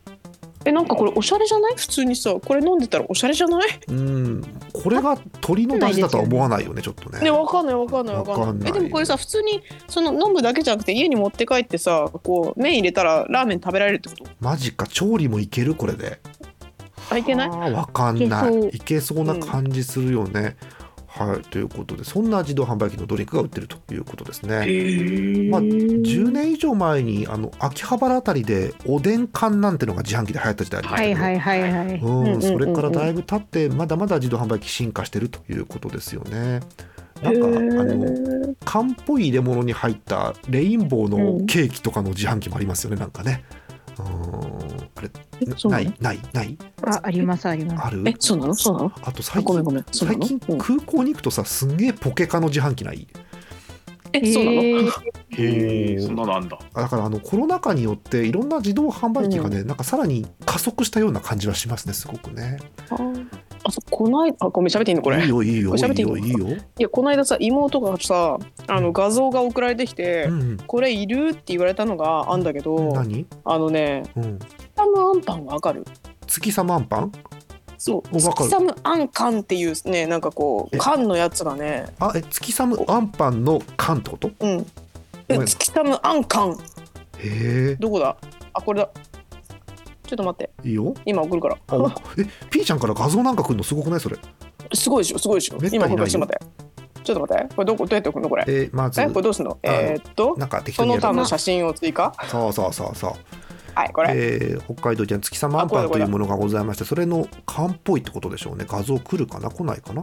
Speaker 3: えなんかこれおしゃれじゃない普通にさこれ飲んでたらおしゃれじゃない
Speaker 1: うんこれが鶏の出汁だとは思わないよねちょっとね
Speaker 3: ねわかんないわかんないわかんな
Speaker 1: わ
Speaker 3: い
Speaker 1: かんない
Speaker 3: えでもこれさ普通にその飲むだけじゃなくて家に持って帰ってさこう麺入れたらラーメン食べられるってこと
Speaker 1: マジか調理もいけるこれで
Speaker 3: あいけない
Speaker 1: あーわかんない
Speaker 4: いけそ
Speaker 1: い
Speaker 4: う
Speaker 1: けそうな感じするよね、はいということでそんな自動販売機のドリンクが売ってるということですねまあ、10年以上前にあの秋葉原あたりでおでん缶なんてのが自販機で流行った時代ありましたけ
Speaker 4: はい
Speaker 1: ど、
Speaker 4: はいはいはい。
Speaker 1: うん
Speaker 6: うんうんうん
Speaker 1: それからだいぶ経ってまだまだ自動販売機進化してるということですよね。な
Speaker 6: へ
Speaker 1: んかあの
Speaker 6: ー
Speaker 1: 缶っぽい入れ物に入ったレインボー
Speaker 6: う
Speaker 1: の
Speaker 6: ん
Speaker 1: ケーキとかの自販機もありますよねなんかね。うんあれ
Speaker 3: えそう
Speaker 1: な
Speaker 3: なの
Speaker 1: いないない
Speaker 4: あ、あります、あります。
Speaker 1: ある
Speaker 3: えそうなのそうなの
Speaker 1: あと
Speaker 3: あ
Speaker 1: 最
Speaker 3: ごめん
Speaker 1: 近
Speaker 3: ごめんそうな
Speaker 1: 最
Speaker 3: の
Speaker 1: 近
Speaker 3: うん
Speaker 1: 空港に行くとさすんげえポケカの自販機ない
Speaker 3: えそうなの
Speaker 4: へー
Speaker 1: へ
Speaker 2: そんなのあんだ。
Speaker 1: あだからあのコロナ禍によっていろんな自動販売機がね、なんかさらに加速したような感じはしますねすごくね。
Speaker 3: あーあそうこないあごめん喋っていいのこれ
Speaker 1: いいよいいよ
Speaker 3: こ
Speaker 1: い
Speaker 3: れ喋って
Speaker 1: い
Speaker 3: いい
Speaker 1: よ
Speaker 3: の
Speaker 1: いいよ。
Speaker 3: いやこの間さ妹がさあの画像が送られてきて、
Speaker 1: うん
Speaker 3: これいるって言われたのがあんだけ
Speaker 1: うん、
Speaker 3: ど、
Speaker 1: 何、
Speaker 3: あのね
Speaker 1: うん、
Speaker 3: サムアンパンわかる
Speaker 1: 月様アンパン
Speaker 3: そう
Speaker 1: おわ
Speaker 3: ス
Speaker 1: かる
Speaker 3: キサムアンカンっていうねなんかこ
Speaker 1: え
Speaker 3: う缶のやつがね
Speaker 1: あえ月様アンパンの缶ってこと
Speaker 3: うん
Speaker 1: ごめん
Speaker 3: えスキサムアンカン
Speaker 1: へ
Speaker 3: どこだあこれだちょっと待って
Speaker 1: えいいよ
Speaker 3: 今送るから
Speaker 1: あおえピーちゃんから画像なんか来るのすごくないそれ
Speaker 3: (laughs) すごいでしょすごいでしょ
Speaker 1: めったに
Speaker 3: 今
Speaker 1: ない
Speaker 3: 送
Speaker 1: よ
Speaker 3: るちょっと待ってちょっと待ってこれどこどうやって送るのこれ
Speaker 1: えまず
Speaker 3: えこれどうすんの
Speaker 1: あの
Speaker 3: えーっと
Speaker 1: なんか適当
Speaker 3: そ
Speaker 1: に
Speaker 3: の
Speaker 1: や
Speaker 3: 他
Speaker 1: る
Speaker 3: の写真を追加
Speaker 1: そうそうそうそう
Speaker 3: はいこれ
Speaker 1: えー北海道じゃ月様アンパンというものがございましてそれの缶っぽいってことでしょうね画像来るかな来ないかな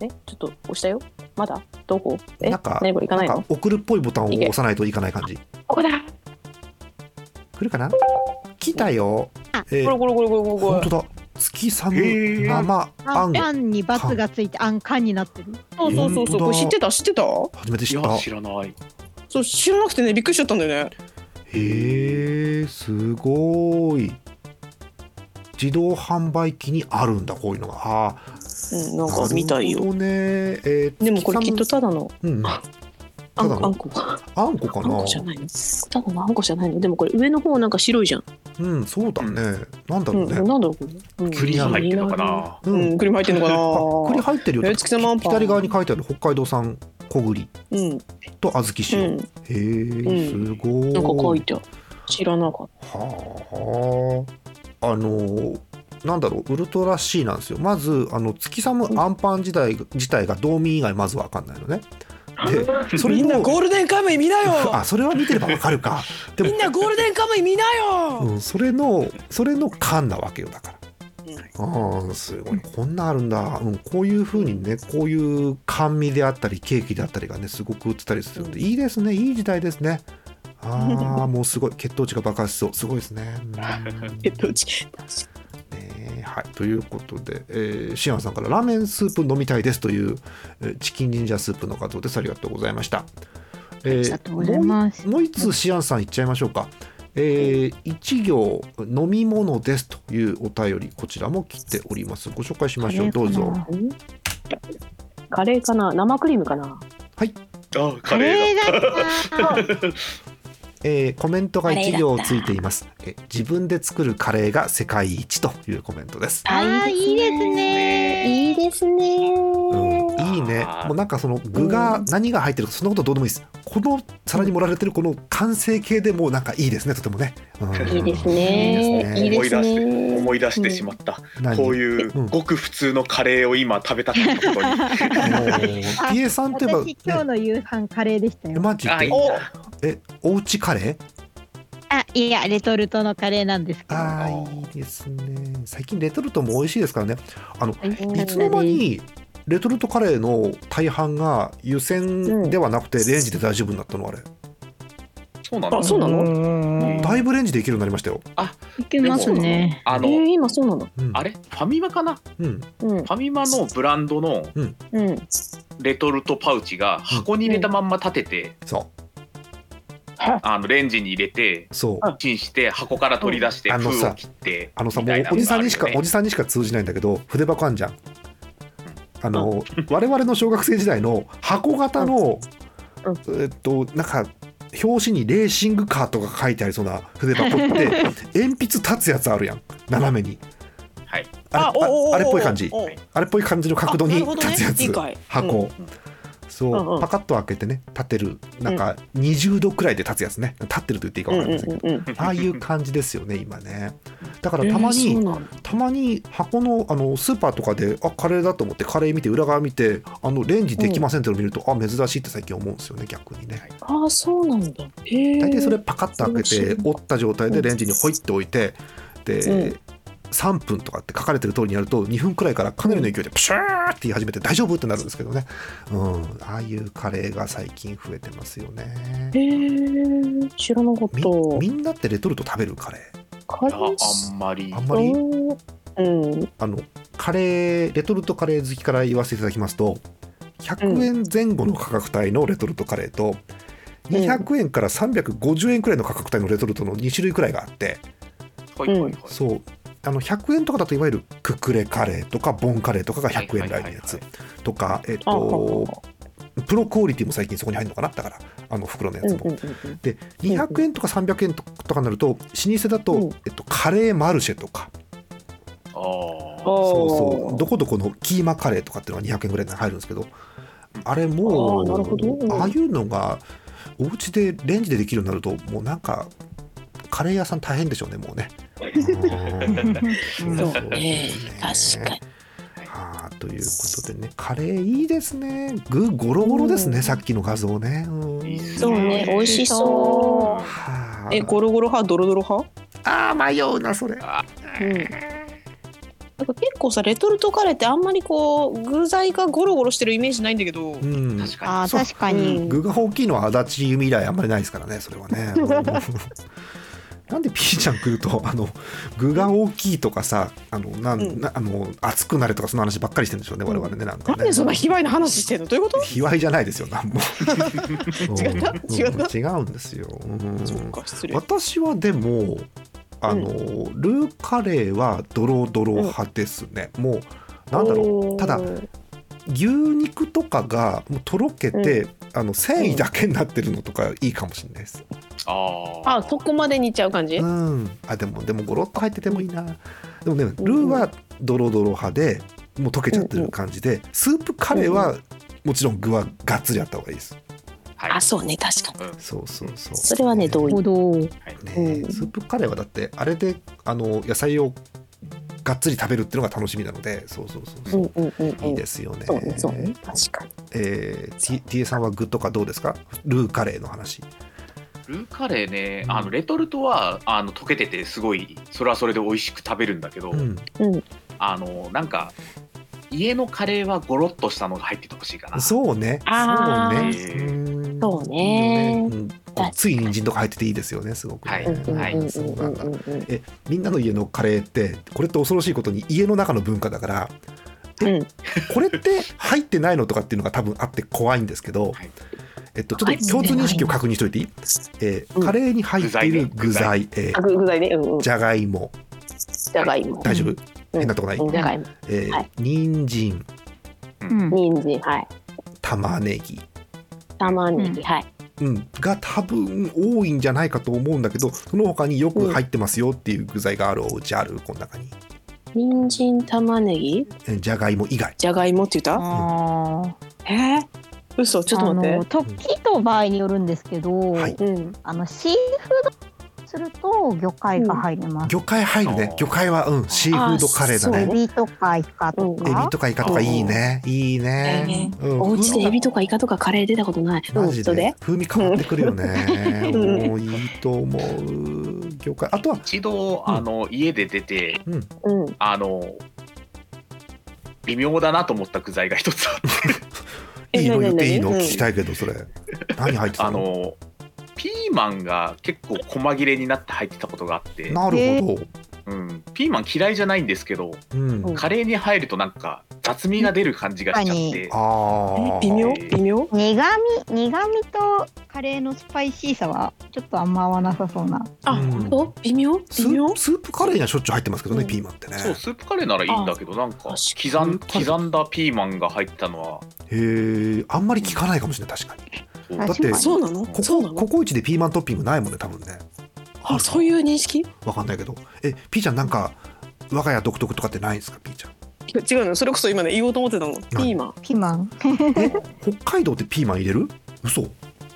Speaker 3: えちょっと押したよまだどこえ
Speaker 1: なんか
Speaker 3: 何これ行かない
Speaker 1: なん
Speaker 3: の
Speaker 1: か送るっぽいボタンを押さないといかない感じ
Speaker 3: ここだ
Speaker 1: 来るかな来たよえ
Speaker 3: これ
Speaker 1: ー
Speaker 3: これこれこれこれこ
Speaker 1: 本
Speaker 3: れ
Speaker 1: 当だ月サ
Speaker 2: へ
Speaker 1: ム
Speaker 2: ー
Speaker 1: 生あ
Speaker 4: あ
Speaker 1: ん
Speaker 4: んパンにバツがついて、あんかんになってる。
Speaker 3: そうそうそうそ
Speaker 1: 本当
Speaker 3: うこ
Speaker 1: だ
Speaker 3: れ知ってた知ってた
Speaker 1: 初めて
Speaker 2: い
Speaker 1: 知っ
Speaker 2: や、
Speaker 1: た
Speaker 2: 知らない。
Speaker 3: そう知らなくてねびっくりしちゃったんだよね
Speaker 1: へえすごーい自動販売機にあるんだこういうのがあ
Speaker 3: うん
Speaker 1: ー
Speaker 3: なんか見た
Speaker 1: なる
Speaker 3: いよ
Speaker 1: ほどねえー
Speaker 3: でもこれきっと
Speaker 1: 月
Speaker 3: ただの
Speaker 1: サムうんあ
Speaker 3: あん
Speaker 1: ただの
Speaker 3: こあんこあ
Speaker 1: んこか
Speaker 3: んこ
Speaker 1: な
Speaker 3: じゃないのただのあんこじゃないのでもこれ上の方なんか白いじゃん
Speaker 1: うんそうだねなんだ
Speaker 3: う
Speaker 1: ろうんね
Speaker 3: なんだろうこれうん
Speaker 2: 栗が入ってるのかな。
Speaker 1: う
Speaker 3: うんん栗も入ってるのか
Speaker 1: あ栗
Speaker 3: な
Speaker 1: 入ってるよ
Speaker 3: え月様あんパン
Speaker 1: 左側に書いてある北海道産小栗
Speaker 3: うん
Speaker 1: と小豆塩、
Speaker 3: うん
Speaker 1: へえ
Speaker 3: う
Speaker 1: すごい
Speaker 3: なんか書いてある知らなかっ
Speaker 1: はああのーなんだろうウルトラ C なんですよまずあの月寒アンパン自体自体が道民以外まず分かんないのね
Speaker 3: (laughs)
Speaker 1: で
Speaker 3: た
Speaker 1: そ
Speaker 3: みんな
Speaker 1: も
Speaker 3: ゴールデンカムイ見な
Speaker 1: (laughs)
Speaker 3: よ
Speaker 1: あそれは見てれば分かる
Speaker 3: (laughs)
Speaker 1: かでも
Speaker 3: みんなゴールデンカムイ見なよ
Speaker 1: うん、それのそれの缶なわけよだから。ああすごいこんなあるんだ、うん、こういう風にねこういう甘味であったりケーキであったりがねすごく売ってたりするんでいいですねいい時代ですねああもうすごい血糖値が爆発しそうすごいですねうん
Speaker 3: (laughs) えっとうち
Speaker 1: ねはい、ということで、えーシアンさんからラーメンスープ飲みたいですという、えーチキンジンジャースープの画像ですありがとうございました。えー
Speaker 4: ありがとうございます
Speaker 1: もう一もう一つシアンさんいっちゃいましょうか。えー一行飲み物ですというお便りこちらも来ております。ご紹介しましょう。どうぞ。
Speaker 3: カレーかな生クリームか
Speaker 2: あ、
Speaker 3: な
Speaker 4: カ
Speaker 2: カレー
Speaker 4: レーだった。
Speaker 1: えーコメントが一行ついています。え自分で作るカレーが世界一というコメントです。
Speaker 4: あー、いいですね。
Speaker 3: いいですね
Speaker 1: うんいいね
Speaker 2: あー
Speaker 1: もうなんかその具が何が入ってるかそんなことどうでもいいですこの皿に盛られてるこの完成形でもうなんかいいですねとてもね、うん
Speaker 3: いいです
Speaker 1: うん
Speaker 3: ね
Speaker 1: い
Speaker 3: い
Speaker 1: い
Speaker 3: い
Speaker 2: 思
Speaker 3: で
Speaker 2: い
Speaker 3: す
Speaker 2: 出して、
Speaker 3: ね
Speaker 2: 思い出してしまった。
Speaker 1: 何
Speaker 2: こう
Speaker 1: う
Speaker 2: い
Speaker 1: うん
Speaker 2: うごく普通のカレーを今食べたかったことに。
Speaker 1: ピエさんといえば、
Speaker 4: 私、今日
Speaker 1: ね、
Speaker 4: の夕飯カレーでした
Speaker 1: え
Speaker 4: よ。
Speaker 1: マジ
Speaker 2: あ、いい
Speaker 1: でえおうちカレー
Speaker 4: あ、いや、レトルトのカレーなんですけど。
Speaker 1: あーいいですね最近レトルトも美味しいですからねあのいつの間
Speaker 3: に
Speaker 1: にレトルトカレーの大半が湯煎ではなくてレンジで大丈夫になったのあれ
Speaker 2: そうな
Speaker 3: あ
Speaker 2: の。
Speaker 3: そうなの
Speaker 1: だいぶレンジでいけるようになりましたよ、
Speaker 4: いけますね。
Speaker 2: あ
Speaker 3: えー
Speaker 2: の、
Speaker 3: 今そうなの
Speaker 1: うん、
Speaker 2: あれ、ファミマかな。フ
Speaker 1: うん
Speaker 3: うん
Speaker 2: ァミマのブランドの
Speaker 3: うん
Speaker 2: レトルトパウチが箱に入れたまんま立てて、
Speaker 1: そう
Speaker 2: あのレンジに入れて。
Speaker 1: そう
Speaker 2: チンして箱から取り出して
Speaker 1: あの
Speaker 2: 封
Speaker 1: さ
Speaker 2: を切って
Speaker 1: あのさ
Speaker 2: み
Speaker 1: も
Speaker 2: たいうな
Speaker 1: おじさんにしか、
Speaker 2: のがあ
Speaker 1: お
Speaker 2: るよね
Speaker 1: じさんにしか通じないんだけど筆箱あんじゃんあの、我々の小学生時代の箱型の、えっとなんか表紙にレーシングカーとか書いてありそうな筆箱って
Speaker 2: (laughs)
Speaker 1: 鉛筆立つやつあるやん斜めに
Speaker 2: はい
Speaker 1: あれあ
Speaker 3: おーおーおー
Speaker 1: あれっぽい感じ
Speaker 3: おー
Speaker 1: あれっぽい感じの角度
Speaker 3: あな
Speaker 1: に
Speaker 3: るほどね
Speaker 1: 立つやつ、
Speaker 3: 理解
Speaker 1: 箱、そう、
Speaker 3: うんうん
Speaker 1: パカッと開けてね立てるなんか20度くらいで立つやつね立ってると言っていいか
Speaker 3: うん
Speaker 1: 分かり
Speaker 3: うん
Speaker 1: ませんけど、
Speaker 3: うんうん
Speaker 1: ああいう感じですよね今ねだからたまに、
Speaker 3: えーそうなんだ
Speaker 1: たまに箱のあのスーパーとかであカレーだと思ってカレー見て裏側見てあのレンジできませんってのを見ると、あ珍しいって最近思うんですよね逆にね
Speaker 3: ああそうなんだへえ
Speaker 1: 大体それパカッと開
Speaker 3: それ
Speaker 1: け
Speaker 3: は知ら
Speaker 1: て
Speaker 3: な
Speaker 1: 折った状態でレンジにホイって置いてで、
Speaker 3: うん
Speaker 1: 3分とかって書かれてる通りにやると2分くらいからかなりの勢いでプシューって言い始めて大丈夫ってなるんですけどね、うん、ああいうカレーが最近増えてますよね
Speaker 3: へえ知らなかった
Speaker 1: みみんなってレトルト食べるカレー
Speaker 6: カレー
Speaker 2: あんまり
Speaker 1: あんまり
Speaker 6: うん
Speaker 1: あのカレーレトルトカレー好きから言わせていただきますと100円前後の価格帯のレトルトカレーと、
Speaker 6: うん
Speaker 1: 200円から350円くらいの価格帯のレトルトの2種類くらいがあって、
Speaker 2: はいはいはい
Speaker 1: そうあの100円とかだといわゆるククレカレーとかボンカレーとかが100円台のやつ
Speaker 2: はいは
Speaker 1: とか、えっ
Speaker 6: あほう
Speaker 1: と、プロクオリティも最近そこに入るのかなだからあの袋のや
Speaker 6: うん
Speaker 1: つ
Speaker 6: う
Speaker 1: も
Speaker 6: ん。うん
Speaker 1: で200円とか300円とかになると老舗だと、
Speaker 6: うん
Speaker 1: えっと、カレーマルシェとか
Speaker 2: ああ
Speaker 1: そう
Speaker 6: お
Speaker 1: そう
Speaker 6: ー
Speaker 1: どこどこのキーマカレーとかっていうのが200円ぐらいに入るんですけどあれ
Speaker 6: あーなる
Speaker 1: も
Speaker 6: ほど
Speaker 1: うああいうのがお家でレンジでできるようになるともうなんかカレー屋さん大変でしょうねもうね。
Speaker 6: そうね確かに
Speaker 1: はあということでねカレーいいですね具ゴロゴロですね、
Speaker 6: うん
Speaker 1: さっきの画像ね。うん
Speaker 2: いいっす
Speaker 6: そうね美味し
Speaker 4: う
Speaker 6: そう
Speaker 1: はあ
Speaker 3: えゴロゴロ派ドロドロ派
Speaker 1: あー迷うなそれ。
Speaker 6: うん
Speaker 3: なんか結構さレトルトカレーってあんまりこう具材がゴロゴロしてるイメージないんだけど、
Speaker 1: うん
Speaker 2: 確か
Speaker 4: あー
Speaker 1: そう
Speaker 4: 確かに。
Speaker 1: 具が大きいのは足立由美以来あんまりないですからねそれは
Speaker 3: (laughs)
Speaker 1: ね。うんなんでピーちゃん来るとあの具が大きいとかさあのなん、
Speaker 3: うん
Speaker 1: なあの熱くなれとかその話ばっかりしてるんでしょうね我々ねなんか
Speaker 3: なん
Speaker 1: ね。
Speaker 3: でそんな卑猥な話してんのどういうこと
Speaker 1: 卑猥じゃないですよなんも。
Speaker 3: 違った (laughs) 違った
Speaker 1: うん違うんですよ。うん
Speaker 3: そっか失礼
Speaker 1: 私はでもあの、ルーカレーはドロドロ派ですね。もうなんだろうただ牛肉とかがもうとろけて、あの繊維だけになってるのとかいいかもしれないです。
Speaker 2: にああ
Speaker 3: あそこまでにいっちゃう感じ、
Speaker 1: うん、あでもでもゴロッと入っててもいいな。でもねルーはドロドロ派でもう溶けちゃってる感じでスープカレーはもちろん具はがっつりあった方がいいです。
Speaker 2: はい
Speaker 6: あそうね確かに
Speaker 1: そうそうそう。
Speaker 6: それはね同意
Speaker 4: ほど。
Speaker 1: ね
Speaker 6: うん
Speaker 1: スープカレーはだってあれであの野菜をがっつり食べるっていうのが楽しみなのでそうそうそうそうう、
Speaker 6: んうんうんうん
Speaker 1: いいですよね。
Speaker 6: そうねそうね確かに
Speaker 1: えー、T- TA さんは具とかどうですかルーカレーの話。
Speaker 2: ルーカレーね、
Speaker 1: うん
Speaker 2: あのレトルトはあの溶けててすごいそれはそれで美味しく食べるんだけど、
Speaker 1: うん、
Speaker 2: あのなんか家のカレーはゴロッとしたのが入っててほしいかな
Speaker 1: そうね。
Speaker 6: あ
Speaker 1: そう
Speaker 6: ー
Speaker 1: ね。うん
Speaker 6: そうね
Speaker 1: いいよねうんこうつい人参とか入ってていいですよね、すごくね、
Speaker 2: はい
Speaker 6: うんうん
Speaker 2: は
Speaker 6: うん
Speaker 2: い
Speaker 1: そうなんだ
Speaker 6: うんうんうん
Speaker 1: みんなの家のカレーって、これって恐ろしいことに家の中の文化だから、え
Speaker 6: うん
Speaker 1: これって入ってないのとかっていうのが多分あって怖いんですけど、
Speaker 2: はい
Speaker 1: えっと、ちょっと共通認識を確認しといていい、えー
Speaker 6: うん
Speaker 1: カレーに入っている具
Speaker 2: 具
Speaker 1: 材
Speaker 2: 材、
Speaker 1: え
Speaker 6: あ具具材ねうんうん
Speaker 1: ーじゃがいも、
Speaker 6: じゃがいも
Speaker 1: 大丈夫、
Speaker 6: うん
Speaker 1: 変なとこない、
Speaker 6: うんじゃがいも
Speaker 1: えー
Speaker 6: はい
Speaker 1: 人参、
Speaker 2: うん
Speaker 6: 人参はい
Speaker 1: 玉ねぎ、
Speaker 6: 玉ねぎはい
Speaker 1: うん、が多分多いんじゃないかと思うんだけどその他によく入ってますよっていう具材があるお家あるこの中に
Speaker 6: 人参玉ねぎ
Speaker 1: えーじゃがいも以外
Speaker 3: じゃがいもって言った
Speaker 4: ああ。
Speaker 3: えー、嘘ちょっと待
Speaker 4: あ
Speaker 3: っ
Speaker 4: の
Speaker 3: て
Speaker 4: 時と場合によるんですけど、
Speaker 1: はい
Speaker 3: うん
Speaker 4: あのシーフードすると魚介が入ります。
Speaker 1: 魚介入るね
Speaker 2: あー
Speaker 1: 魚介はうんシーフードカレーだ
Speaker 6: あ
Speaker 4: エ
Speaker 6: ー
Speaker 1: ね
Speaker 4: ビとかイカと
Speaker 1: エビ
Speaker 4: か。
Speaker 1: とかイカとかいいねいいね、うん
Speaker 6: お家でエビとかイカとかカレー出たことない
Speaker 1: マジ
Speaker 6: うん
Speaker 1: で
Speaker 6: で
Speaker 1: 風味変わってくるよね。 (laughs)
Speaker 6: うん
Speaker 1: もういいと思う。魚介。あとは、
Speaker 2: 一度あの、家で出て
Speaker 6: うん
Speaker 2: あの微妙だなと思った具材が一つあって
Speaker 6: え
Speaker 1: いいの言っ
Speaker 6: 何々
Speaker 1: ていいの
Speaker 6: うん
Speaker 1: 聞きたいけど、それ。何入ってた
Speaker 2: あ
Speaker 1: の
Speaker 2: のピーマンが結構細切れになって入ってたことがあって、
Speaker 1: なるほど。
Speaker 2: うん、ピーマン嫌いじゃないんですけど
Speaker 1: うん。
Speaker 6: うん
Speaker 2: カレーに入るとなんか雑味が出る感じがしちゃって、
Speaker 1: ああ。
Speaker 3: 微妙
Speaker 2: えー
Speaker 3: 微妙
Speaker 4: 苦味苦味とカレーのスパイシーさはちょっとあんま合わなさそうな。
Speaker 6: あ
Speaker 1: うん
Speaker 6: 本当微妙
Speaker 1: ス
Speaker 6: 微妙
Speaker 1: ープスープカレーにはしょっちゅう入ってますけどね、
Speaker 6: うん
Speaker 1: ピーマンってね。
Speaker 2: そうスープカレーならいいんだけどなんか
Speaker 6: 確
Speaker 2: 刻ん刻んだピーマンが入ったのは
Speaker 1: へえ、あんまり聞かないかもしれない、確かに。
Speaker 2: そう
Speaker 4: あ
Speaker 1: だって、
Speaker 4: 確かに
Speaker 1: こ
Speaker 3: そうなの
Speaker 1: こ
Speaker 3: そうなの
Speaker 1: ココイチでピーマントッピングないもんね、多分ね。
Speaker 3: あそういう認識い
Speaker 1: わかんないけど。え、ピーちゃんなんか、我が家独特とかってないんですか、ピーちゃん。
Speaker 3: や違うのよそれこそ今ね言おうと思ってたのピーマン
Speaker 4: ピーマン。
Speaker 1: え、北海道ってピーマン入れる嘘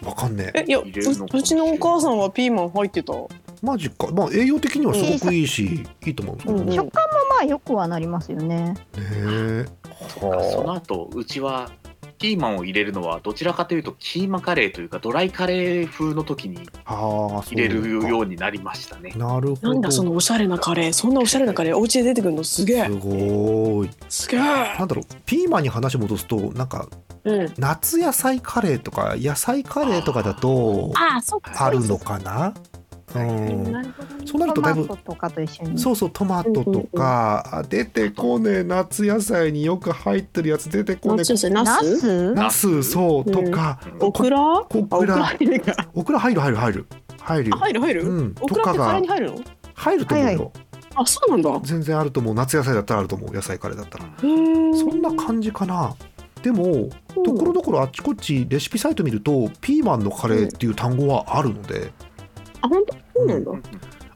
Speaker 1: わかんねえ。
Speaker 3: えいやう
Speaker 2: 入れるのかもしれないう
Speaker 3: ちのお母さんはピーマン入ってた
Speaker 1: マジか。まあ、栄養的にはすごくいいし、いいと思うんですけどね。
Speaker 4: 食感もまあよくはなりますよね。
Speaker 1: ねえ。
Speaker 2: その後うちはピーマンを入れるのはどちらかというとキーマカレーというかドライカレー風の時に
Speaker 1: ああ、そう
Speaker 2: 入れるようになりましたね。
Speaker 1: なるほど。
Speaker 3: なんだそのおしゃれなカレーそんなおしゃれなカレーお家で出てくるのすげえ
Speaker 1: すごーい。
Speaker 3: すげえ
Speaker 1: なんだろう、ピーマンに話戻すと、なんか、
Speaker 6: うん
Speaker 1: 夏野菜カレーとか、野菜カレーとかだと、
Speaker 6: あそうか
Speaker 1: あるのかなううん
Speaker 4: なるほどね
Speaker 1: そうなるとだいぶ
Speaker 4: トマトとかと一緒に
Speaker 1: そうそうトマトとか、あ出てこねえ夏野菜によく入ってるやつ出てこね
Speaker 3: 夏野
Speaker 1: え
Speaker 3: 菜
Speaker 4: ナ
Speaker 3: ナス
Speaker 4: ス
Speaker 1: ナスそう
Speaker 3: う
Speaker 1: と
Speaker 3: ん
Speaker 1: か、
Speaker 2: うん
Speaker 3: オクラあ
Speaker 1: オ
Speaker 3: オ
Speaker 1: ク
Speaker 3: クラ
Speaker 1: ラ
Speaker 3: 入るか
Speaker 1: オクラ入る入る入る入る
Speaker 3: あ
Speaker 1: よ
Speaker 3: (laughs) 入る入る、
Speaker 1: うん
Speaker 3: オ
Speaker 1: と
Speaker 3: クラ
Speaker 1: か
Speaker 3: ってカレー
Speaker 1: が
Speaker 3: に入るの
Speaker 1: 入ると思うよ、
Speaker 4: はいは
Speaker 3: あそうなんだへ
Speaker 1: 全然あると思う夏野菜だったらあると思う野菜カレーだったら
Speaker 3: ー
Speaker 1: そんな感じかなでも
Speaker 3: うん
Speaker 1: ところどころあっちこっちレシピサイト見るとピーマンのカレーっていう単語はあるので、
Speaker 3: あ本当そうなんだ、
Speaker 2: うん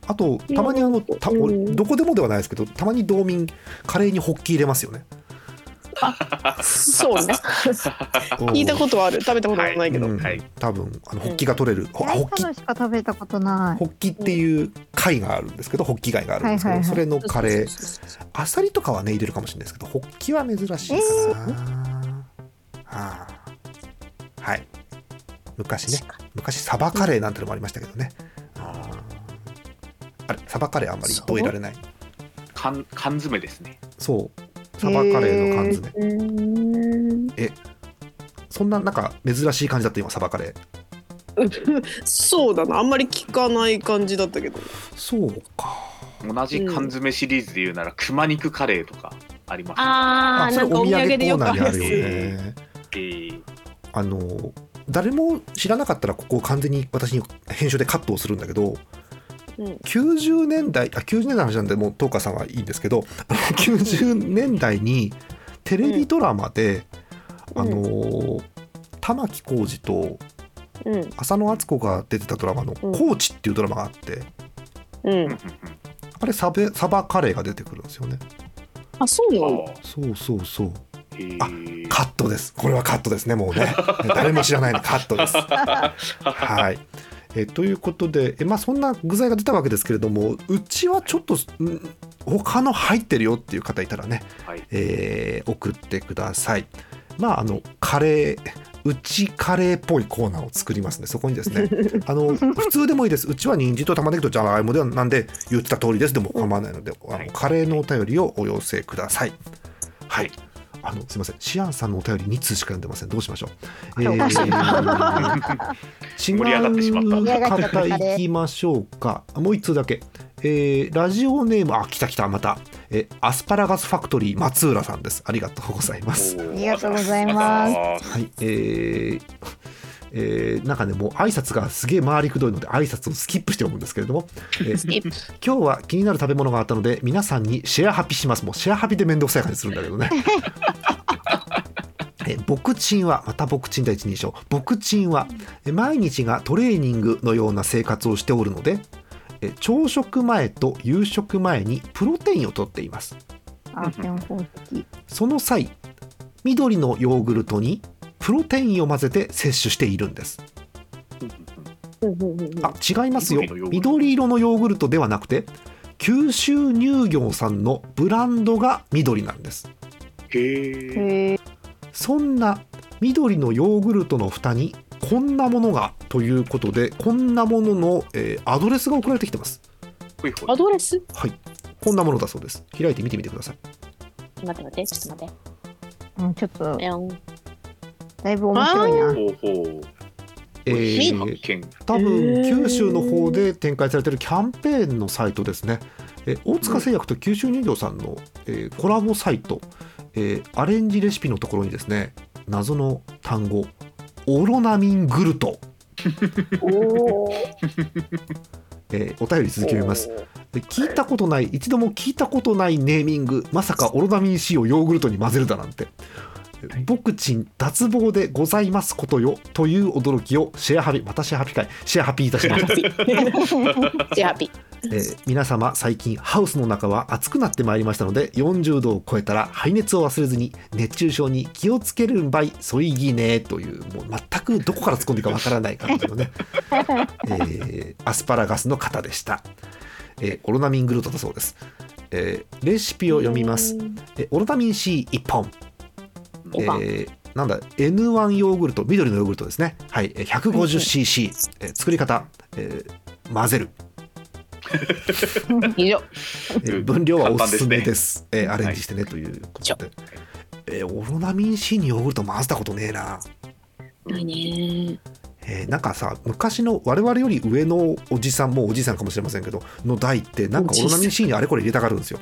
Speaker 1: あとたまにあのた
Speaker 3: うん
Speaker 1: 俺どこでもではないですけどたまに道民カレーにホッキ入れますよね。
Speaker 3: そうね聞
Speaker 1: 聞
Speaker 3: いたことはある食べたことはないけど、
Speaker 1: うん
Speaker 2: はい
Speaker 1: 多分あのホッキが取れる、ほ
Speaker 4: ラ
Speaker 1: ホ
Speaker 4: イ
Speaker 1: ッキ
Speaker 4: トのしか食べたことない
Speaker 1: ホッキっていう貝があるんですけどホッキ貝があるんですけど、
Speaker 4: はいはいは
Speaker 1: そ
Speaker 4: い
Speaker 1: れのカレー
Speaker 3: ー
Speaker 1: あさりとかはね入れるかもしれないですけどホッキは珍しいかな、はあはい昔ね昔サバカレーなんてのもありましたけどね、あーあれサバカレーあんまり覚えられない
Speaker 2: 缶缶詰ですね。
Speaker 1: そうサバカレーの缶詰、そんななんか珍しい感じだった今サバカレー
Speaker 3: そうだなあんまり聞かない感じだったけど
Speaker 1: そうか
Speaker 2: 同じ缶詰シリーズで言うなら、熊肉カレーとかあります、ね。
Speaker 6: ああ、
Speaker 1: そ
Speaker 6: な
Speaker 1: れ
Speaker 6: んか
Speaker 1: お
Speaker 6: お
Speaker 1: 土
Speaker 6: 土
Speaker 1: 産
Speaker 6: 産
Speaker 1: コ
Speaker 6: で
Speaker 1: ー
Speaker 6: よく
Speaker 1: ナー
Speaker 6: あ
Speaker 1: に
Speaker 6: る
Speaker 1: あ
Speaker 6: や
Speaker 1: る
Speaker 6: つ。
Speaker 1: よね
Speaker 2: えー
Speaker 1: あの誰も知らなかったらここを完全に私に編集でカットをするんだけど、
Speaker 3: うん
Speaker 1: 90年代あ90年代の話なんでもう東川さんはいいんですけど (laughs) あの90年代にテレビドラマで、
Speaker 3: うん
Speaker 1: あの玉置浩二と
Speaker 3: うん
Speaker 1: 浅野敦子が出てたドラマの「
Speaker 3: うん
Speaker 1: コーチ」っていうドラマがあって、
Speaker 3: う
Speaker 2: うんうん
Speaker 3: ん
Speaker 1: あれサベサバカレーが出てくるんですよね
Speaker 3: あそうな
Speaker 2: うん
Speaker 3: の
Speaker 2: あ
Speaker 1: そうそうそう
Speaker 2: ーへー
Speaker 1: カットですこれはカットですねもう (laughs) ね誰も知らないのカットです (laughs) はい。えーということで、えまあ、そんな具材が出たわけですけれどもうちはちょっとん他の入ってるよっていう方いたらね、
Speaker 2: はい
Speaker 1: えー送ってください。まああのカレーうちカレーっぽいコーナーを作りますねそこにです
Speaker 2: (laughs)
Speaker 1: ねあの普通でもいいですうちは人参と玉ねぎとじゃがいもではなんで言ってた通りですでも構わないので、あ
Speaker 2: は
Speaker 1: の
Speaker 2: い
Speaker 1: カレーのお便りをお寄せください。は
Speaker 2: はい
Speaker 1: いあのすみませんシアンさんのお便り2通しか読んでませんどうしましょう、
Speaker 4: おかし
Speaker 2: (laughs)
Speaker 4: い
Speaker 1: 違う
Speaker 2: 盛り上がってしまった
Speaker 1: 方行きましょうかもう一通だけ、えーラジオネームあ来た来たまた、えーアスパラガスファクトリー松浦さんですありがとうございます
Speaker 2: おー
Speaker 4: ありがとうございます
Speaker 2: あざ
Speaker 1: はいえーえーなんかねもう挨拶がすげえ回りくどいので挨拶をスキップして読むんですけれども、えー
Speaker 3: キップ
Speaker 1: 今日は気になる食べ物があったので皆さんにシェアハピしますもうシェアハピで面倒くさい感じするんだけど
Speaker 3: (laughs)
Speaker 1: ねえ僕チンはまた僕チン第一人称僕チンはえ毎日がトレーニングのような生活をしておるのでえ朝食前と夕食前にプロテインをとっています
Speaker 4: あ健康的
Speaker 1: その際緑のヨーグルトにプロテインを混ぜて摂取しているんです
Speaker 2: うんうん
Speaker 1: あ違いますよ
Speaker 2: 緑のヨーグルト
Speaker 1: 緑色のヨーグルトではなくて九州乳業さんのブランドが緑なんです
Speaker 2: へえ
Speaker 1: そんな緑のヨーグルトの蓋にこんなものがということでこんなものの、えーアドレスが送られてきてます
Speaker 2: ほいほい
Speaker 6: アドレス
Speaker 1: こんなものだそうです開いて見てみてください
Speaker 6: 待って待って、ちょっと待って。
Speaker 4: うんちょっと
Speaker 6: ペヨン
Speaker 4: だいぶ面白いな
Speaker 2: ほうほう
Speaker 1: えー
Speaker 2: 発見
Speaker 1: 多分
Speaker 6: えー
Speaker 1: 九州の方で展開されてるキャンペーンのサイトですね、えー大塚製薬と九州乳業さんの、えーコラボサイト、えーアレンジレシピのところにですね謎の単語オロナミングルト、
Speaker 3: おー
Speaker 1: えーお便り続き読みますで聞いたことない一度も聞いたことないネーミングまさかオロナミン C をヨーグルトに混ぜるだなんて「僕ちん脱帽でございますことよ」という驚きをシェアハピまたシェアハピ会シェアハピいたしました
Speaker 6: ジャーピ
Speaker 1: えー皆様最近ハウスの中は暑くなってまいりましたので40度を超えたら排熱を忘れずに熱中症に気をつけるんばいそいぎねというもう全くどこから突っ込んでいいかわからない感じの (laughs) ね、えーアスパラガスの方でした、えーオロナミングルトだそうです、えーレシピを読みます、えーオロナミン C1 本
Speaker 2: うん
Speaker 6: 一本
Speaker 1: えーなんだ N1 ヨーグルト緑のヨーグルトですねはいえー 150cc、えー作り方、えー混ぜる
Speaker 6: 以上。
Speaker 1: えー分量はおすすめです。えーアレンジしてねということで。えーオロナミン C にヨーグルト混ぜたことねえな。
Speaker 6: ないね。
Speaker 1: えーなんかさ昔の我々より上のおじさんもうおじさんかもしれませんけどの代ってなんかオロナミン C にあれこれ入れたがるんですよ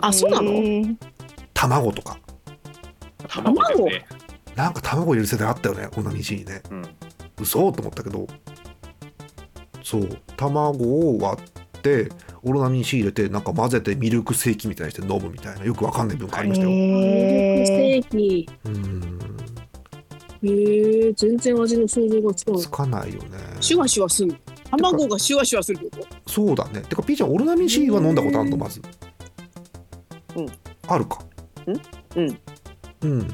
Speaker 3: あそうなの、
Speaker 1: 卵とか
Speaker 2: 卵ですね。
Speaker 1: なんか卵入れる世代あったよねオロナミン C にね
Speaker 2: うん。
Speaker 1: 嘘と思ったけどそう卵を割ってオロナミン C 入れてなんか混ぜてミルクセーキみたいにして飲むみたいなよくわかんない文化ありましたよ、
Speaker 4: へー
Speaker 6: ーキ。
Speaker 1: うん
Speaker 3: へえ全然味の想像がつか
Speaker 1: つかないよね
Speaker 3: シュワシュワする卵がシュワシュワするってこ
Speaker 1: そうだねてかピーちゃんオロナミン C は飲んだことあるのまず
Speaker 3: うん
Speaker 1: あるか
Speaker 3: んうん
Speaker 1: うん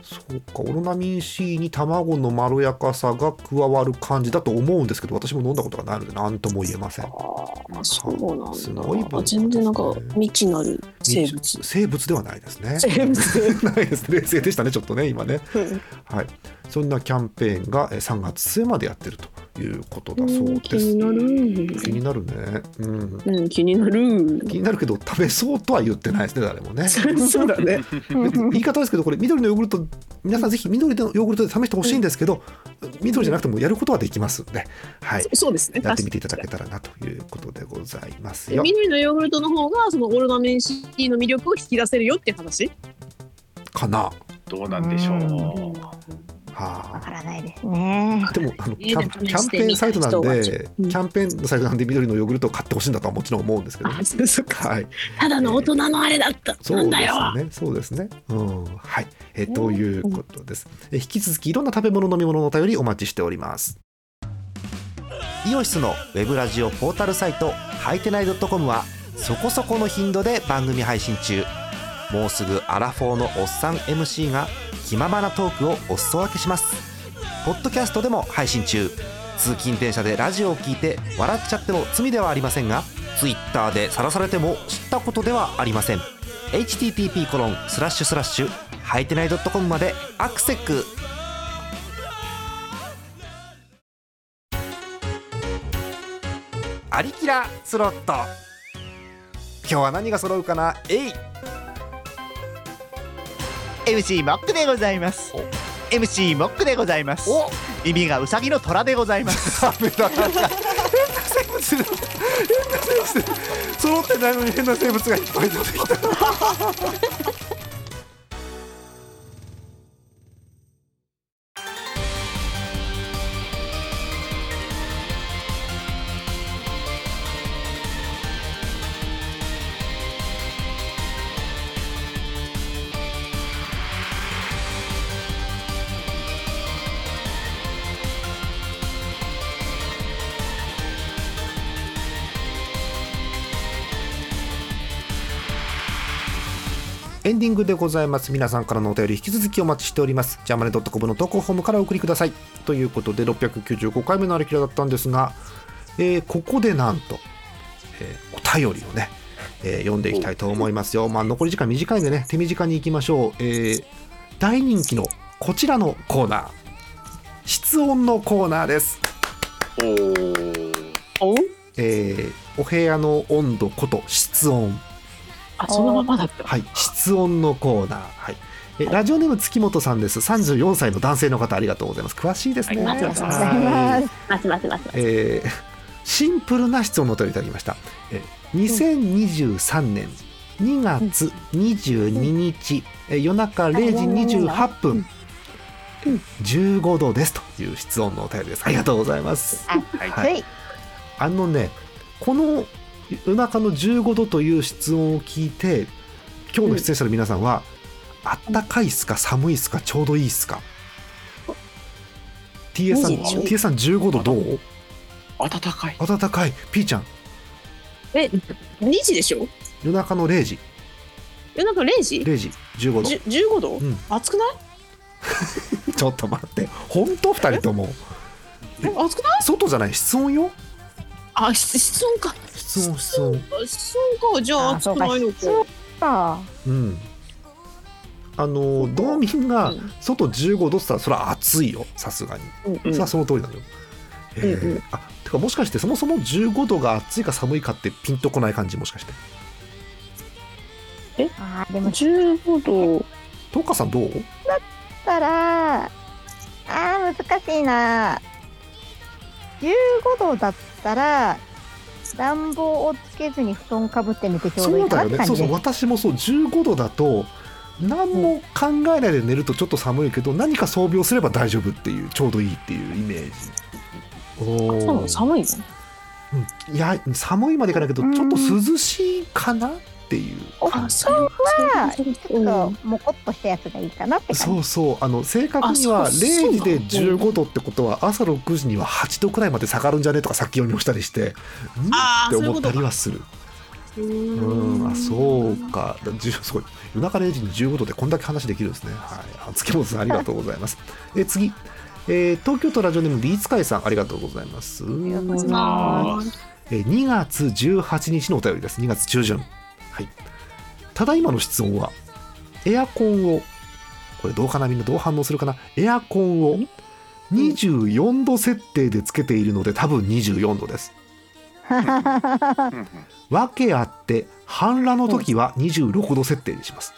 Speaker 1: そうかオロナミン C に卵のまろやかさが加わる感じだと思うんですけど私も飲んだことがないので何とも言えません
Speaker 3: と
Speaker 2: ま
Speaker 3: あ
Speaker 2: あ
Speaker 3: そうなんだ
Speaker 1: すごい文化
Speaker 3: あ全然なんか
Speaker 1: ですね
Speaker 3: 未知なる生物
Speaker 1: 生物ではないですね
Speaker 3: 生物
Speaker 1: (laughs) ないですね冷静でしたねちょっとね今
Speaker 3: (laughs)
Speaker 1: ね
Speaker 3: うん
Speaker 1: はいそんなキャンペーンがえー3月末までやってるということだそう
Speaker 3: うん気
Speaker 1: で
Speaker 3: に
Speaker 1: す
Speaker 3: な
Speaker 1: 気
Speaker 3: る
Speaker 1: になるねうん
Speaker 3: うん気になる
Speaker 1: 気になるけど食べそうとは言ってないですね誰もね
Speaker 3: (laughs) そうだね
Speaker 1: 言い方ですけどこれ緑のヨーグルト皆さんぜひ緑のヨーグルトで試してほしいんですけど、緑じゃなくてもやることはできますんで、はい、
Speaker 3: そうですね
Speaker 1: やってみていただけたらなということでございますよ
Speaker 3: 緑のヨーグルトの方がそのオロナメン C の魅力を引き出せるよって話
Speaker 1: かな
Speaker 2: どうなんでしょう。
Speaker 4: うんわ
Speaker 1: は
Speaker 4: からないですね
Speaker 1: あ。でもあの
Speaker 6: えー
Speaker 1: キャン
Speaker 6: でも
Speaker 1: キャンペーンサイトなん
Speaker 6: 試
Speaker 1: で、
Speaker 3: うん
Speaker 1: キャンペーンサイトなんで緑のヨーグルトを買ってほしいんだとはもちろん思うんですけどね、
Speaker 3: そうそうか
Speaker 1: はい、
Speaker 6: ただの大人のあれだった。
Speaker 1: そう
Speaker 6: なん
Speaker 1: で
Speaker 6: だよ。
Speaker 1: すね。そうですね。うん、はい、えということです。え引き続きいろんな食べ物飲み物のお便りお待ちしております。
Speaker 5: イオシスのウェブラジオポータルサイトハイテナイドットコムはそこそこの頻度で番組配信中もうすぐアラフォーのおっさん MC が気ままなトークをお裾分けしますポッドキャストでも配信中通勤電車でラジオを聞いて笑っちゃっても罪ではありませんが Twitter で晒されても知ったことではありません http コロンスラッシュスラッシュハイテナイドットコムまでアクセックアリキラスロット今日は何が揃うかなえい
Speaker 8: MC モックでございます MC モックでございます
Speaker 5: お
Speaker 8: 耳がウサギの虎でございます
Speaker 5: (laughs)
Speaker 1: ダメだ。変な生物だ。変な生物だ。揃ってないのに変な生物がいっぱい出てきた。エンディングでございます。皆さんからのお便り引き続きお待ちしております。ジャマネドットコムの投稿フォームからお送りください。ということで695回目のアリキラだったんですが、えーここでなんと、えーお便りをね、えー読んでいきたいと思いますよ。まあ残り時間短いんでね手短に行きましょう。えー大人気のこちらのコーナー室温のコーナーです。
Speaker 2: おー
Speaker 3: お
Speaker 1: えーお部屋の温度こと室温
Speaker 3: あそのままだった
Speaker 1: はい室温のコーナーはいえラジオネーム月本さんです34歳の男性の方ありがとうございます詳しいですね
Speaker 2: ありがとうご
Speaker 4: ざいます
Speaker 1: は
Speaker 6: ますますます。
Speaker 1: えーシンプルな質問のお便りいただきましたえ2023年2月22日、え夜中0時28分、15度ですという室温のお便りですありがとうございます
Speaker 2: はい。
Speaker 1: はい
Speaker 4: い。
Speaker 1: あのね、この夜中の15度という室温を聞いて、今日の出演者の皆さんは、あったかいっすか、寒いっすか、ちょうどいいっすか。TS さん、
Speaker 6: マジで
Speaker 1: TS さん15度どう
Speaker 2: 暖かい。
Speaker 1: 暖かい。P ちゃん、
Speaker 3: え2時でしょ
Speaker 1: 夜中の0時、
Speaker 3: えなんか0時
Speaker 1: 0時、15
Speaker 3: じゅ
Speaker 1: 度。
Speaker 3: 15度、
Speaker 1: うん
Speaker 3: 暑くない
Speaker 1: ちょっと待って、本当2人とも。
Speaker 3: え暑くない
Speaker 1: 外じゃない、室温よ。
Speaker 3: あし室温か
Speaker 1: 室温、室温。
Speaker 3: あ室温かじゃあ
Speaker 4: あ
Speaker 3: 暑くないのか
Speaker 4: そうか。
Speaker 1: うん。あの、道民が外15度って言ったら、それは暑いよ、さすがに。
Speaker 3: うんうん
Speaker 1: それはその通りなのよ。えー
Speaker 3: うんう
Speaker 1: あてかもしかしてそもそも15度が暑いか寒いかってピンとこない感じもしかして
Speaker 4: あーでも
Speaker 6: 15度。
Speaker 1: トーカさんどう
Speaker 4: たらあー難しいな15度だったら暖房をつけずに布団かぶって寝てちょうどい
Speaker 1: そ
Speaker 4: いうかな
Speaker 1: だよ
Speaker 4: って
Speaker 1: ね
Speaker 4: 感
Speaker 1: そう
Speaker 4: じ
Speaker 1: そ
Speaker 4: で
Speaker 1: う
Speaker 4: す
Speaker 1: 私もそう15度だと何も考えないで寝るとちょっと寒いけど、何か装備をすれば大丈夫っていうちょうどいいっていうイメージおー
Speaker 6: そうなの寒いの
Speaker 1: うんいや寒いまでいかないけど
Speaker 4: うん
Speaker 1: ちょっと涼しいかなっていう
Speaker 6: あ、そう
Speaker 4: は
Speaker 6: そういうこ
Speaker 4: ちょっ
Speaker 6: と
Speaker 4: ともこっとしたやつがいいかなって
Speaker 1: そ
Speaker 4: 感
Speaker 1: うそうあの正確に
Speaker 6: あ
Speaker 1: は
Speaker 6: そうそう
Speaker 1: 0時で
Speaker 6: そう
Speaker 1: 15度ってことは朝6時には8度くらいまで下がるんじゃねえとか先読みをしたりしてうん
Speaker 3: あー
Speaker 1: って思ったりはするうんあそうかだじゅすごい夜中0時に15度でこんだけ話できるんですねはいあ月本さんありがとうございますえ次えー東京都ラジオネームビーツカイさんありがとうございます
Speaker 4: じ。ありがとうございます
Speaker 2: あー
Speaker 1: えー2月18日のお便りです2月中旬はいただいまの質問はエアコンをこれどうかなみんなどう反応するかなエアコンを24度設定でつけているので多分24度です
Speaker 2: うんうん
Speaker 1: 訳あって半裸の時は26度設定にします、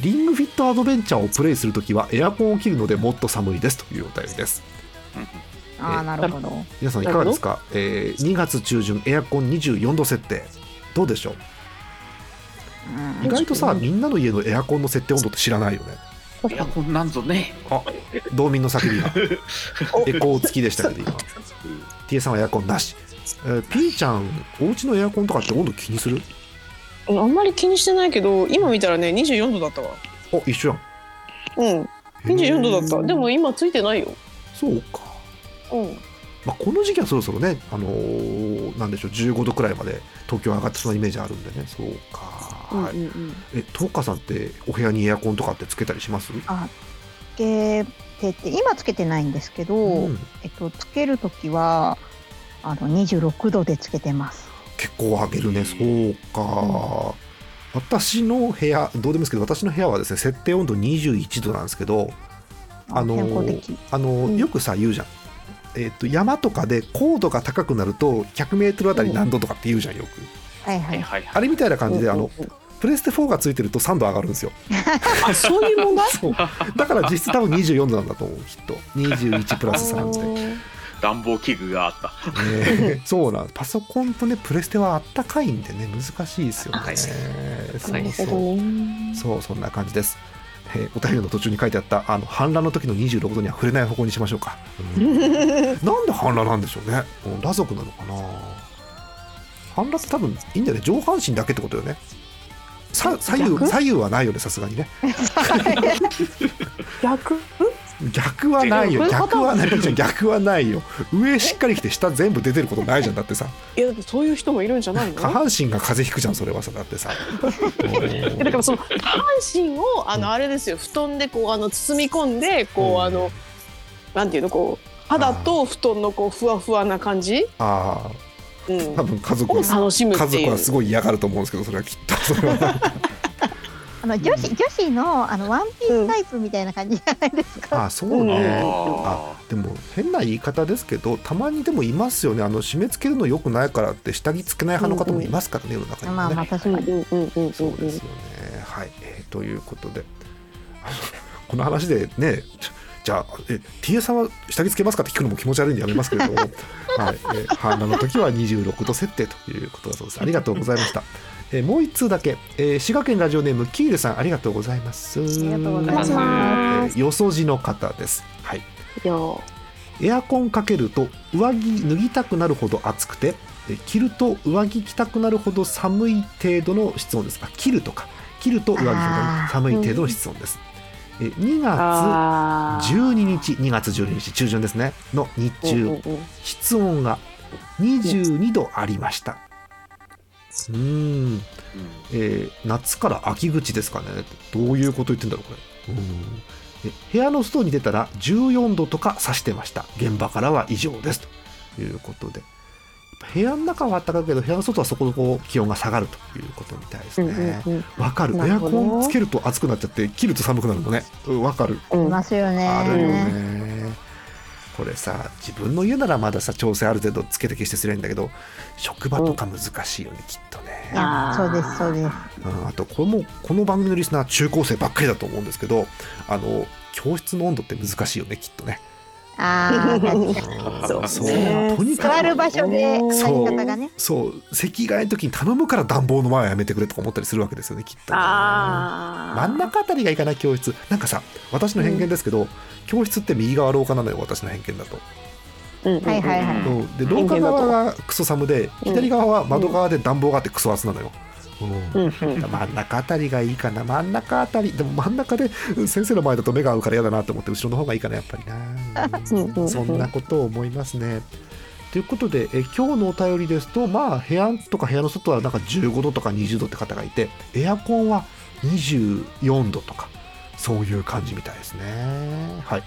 Speaker 1: リングフィットアドベンチャーをプレイする時はエアコンを切るのでもっと寒いですというお便りです
Speaker 4: ああなるほど
Speaker 1: 皆さんいかがですか、えー2月中旬エアコン24度設定どうでしょう
Speaker 4: うん
Speaker 1: 意外とさみんなの家のエアコンの設定温度って知らないよね
Speaker 2: エアコンなんぞね。
Speaker 1: 道民の叫びがエコー付きでしたけど今 T さんはエアコンなし、えー、P ちゃんお家のエアコンとかって温度気にする
Speaker 3: うんあんまり気にしてないけど今見たらね24度だったわ
Speaker 1: あ一緒やん
Speaker 3: うん24度だったでも今ついてないよ
Speaker 1: そうか、
Speaker 3: うん
Speaker 1: まあ、この時期はそろそろねあのーなんでしょう15度くらいまで東京上がってそうなイメージあるんでねそうか、
Speaker 3: うんう
Speaker 1: はい、
Speaker 3: んうん
Speaker 1: えトーカさんってお部屋にエアコンとかってつけたりします
Speaker 4: つけてて今つけてないんですけど、
Speaker 1: ん
Speaker 4: えっと、つけるときはあの26度でつけてます
Speaker 1: 結構上げるねそうか、私の部屋どうでもいいですけど私の部屋はですね設定温度21度なんですけどあのー
Speaker 4: 健康的
Speaker 1: あのー
Speaker 3: うん
Speaker 1: よくさ言うじゃん、えっと山とかで高度が高くなると 100m あたり何度とかって言うじゃんよく
Speaker 4: はい
Speaker 2: は
Speaker 4: はい
Speaker 1: (laughs)
Speaker 4: い
Speaker 2: はいは
Speaker 1: あれみたいな感じであ
Speaker 3: う
Speaker 1: の
Speaker 3: んうんうん
Speaker 1: プレステ4がついてると3度上がるんですよ
Speaker 3: (laughs) あそういう問題
Speaker 1: そうだから実質多分24度なんだと思うきっと21プラス3で、ね
Speaker 3: (laughs)
Speaker 2: い。暖房器具があった。
Speaker 1: え、そうなんパソコンとねプレステはあったかいんでね難しいですよね、
Speaker 2: はい
Speaker 1: そ
Speaker 2: なる
Speaker 1: う
Speaker 2: ほ
Speaker 1: そう
Speaker 6: ど
Speaker 1: そう、そんな感じです。えーお便りの途中に書いてあった、あの反乱の時の26度には触れない方向にしましょうか。うんなんで反乱なんでしょうね。うん裸族なのかな。反乱って多分いいんだよね。上半身だけってことよね。さ左右左右はないよね、さすがにね。
Speaker 6: 逆
Speaker 1: 逆はないよ。
Speaker 3: でも
Speaker 1: 逆はないじゃん。逆はないよ。上しっかりきて下全部出てることないじゃん。だってさ、
Speaker 3: いやだってそういう人もいるんじゃないの
Speaker 1: 下半身が風邪ひくじゃん。それはさ、だってさ。
Speaker 3: いやだからその下半身をあのあれですよ布団でこうあの包み込んでこうあのなんていうのこう肌と布団のこうふわふわな感じ、
Speaker 1: あ
Speaker 3: う
Speaker 1: あ、
Speaker 3: ん
Speaker 1: 多、分家族
Speaker 3: を
Speaker 1: は
Speaker 3: 楽しむ
Speaker 1: 家
Speaker 3: ってい
Speaker 1: 族
Speaker 3: う
Speaker 1: はすごい嫌がると思うんですけど、それはきっ
Speaker 3: (laughs)
Speaker 1: とそれは。
Speaker 4: あの女子女子のあのワンピースタイプみたいな感じじゃないですか、
Speaker 1: あそうね、
Speaker 3: うん
Speaker 1: あでも変な言い方ですけどたまにでもいますよねあの締め付けるのよくないからって下着つけない派の方もいますからね、世の中に
Speaker 4: ま
Speaker 1: は
Speaker 4: あ
Speaker 1: ね、
Speaker 4: まあ確かに、
Speaker 6: うんうんうん
Speaker 1: そうですよねはい、えーということであのこの話でねちょじゃあえ TA さんは下着つけますかって聞くのも気持ち悪いんでやめますけれども、はいえー、反乱の時は26度設定ということだそうですありがとうございました、えーもう1通だけ、えー滋賀県ラジオネームキールさんありがとうございますあ
Speaker 4: りがとうございます
Speaker 1: えーよそじの方です。はい。
Speaker 6: いやー
Speaker 1: エアコンかけると上着脱ぎたくなるほど暑くて、えー着ると上着着たくなるほど寒い程度の室温です。あ、着るとか。着ると上着が
Speaker 4: あー
Speaker 1: 寒い程度の室温です。えー2月
Speaker 6: あー
Speaker 1: 12日、2月12日中旬ですね。の日
Speaker 6: う
Speaker 1: 中
Speaker 6: ん、うんうん
Speaker 1: 室温が22度ありました。うーん、
Speaker 2: うん
Speaker 1: えー夏から秋口ですかねどういうこと言ってんだろうこれうんえ部屋の外に出たら14度とか指してました現場からは以上ですということで部屋の中は暖かいけど部屋の外はそこそこ気温が下がるということみたいです
Speaker 6: うん
Speaker 1: ね
Speaker 6: うんうん
Speaker 1: わ、かる
Speaker 6: な
Speaker 1: エ
Speaker 6: る
Speaker 1: ア
Speaker 6: ほ
Speaker 1: コ
Speaker 6: ど
Speaker 1: ンつけると暑くなっちゃって切ると寒くなるのねうんわかる
Speaker 4: いますよね
Speaker 1: あるよね。これさ自分の家ならまださ調整ある程度つけて消してすればいいんだけど職場とか難しいよね、きっと
Speaker 4: い
Speaker 1: ね、
Speaker 4: やそうですそうです
Speaker 1: うんあとこれもこの番組のリスナー中高生ばっかりだと思うんですけどあの教室の温度って難しいよねきっとね
Speaker 4: あ
Speaker 1: (laughs)
Speaker 4: あ、確かに。
Speaker 3: そう
Speaker 1: そう
Speaker 3: ね
Speaker 1: とにかく
Speaker 4: 座る場所で
Speaker 3: そう
Speaker 4: 入り方がね。
Speaker 1: そう席替えの時に頼むから暖房の前はやめてくれとか思ったりするわけですよねきっ
Speaker 3: (laughs)
Speaker 1: とね
Speaker 3: あ
Speaker 1: 真ん中あたりがいかない教室なんかさ私の偏見ですけど、教室って右側廊下なのよ私の偏見だと、
Speaker 3: うん
Speaker 4: はいはいは
Speaker 2: う
Speaker 4: い。
Speaker 2: ん
Speaker 1: うんで廊下側がクソ寒で
Speaker 3: うん
Speaker 1: 左側は窓側で暖房があってクソ暑なのよ、うん
Speaker 3: うん
Speaker 1: 真ん中あたりがいいかな真ん中あたりでも真ん中でうん先生の前だと目が合うから嫌だなと思って後ろの方がいいかなやっぱりな、
Speaker 3: うんうん
Speaker 1: そんなことを思いますねということでえ今日のお便りですとまあ部屋とか部屋の外はなんか15度とか20度って方がいてエアコンは24度とかそういう感じみたいですねはい、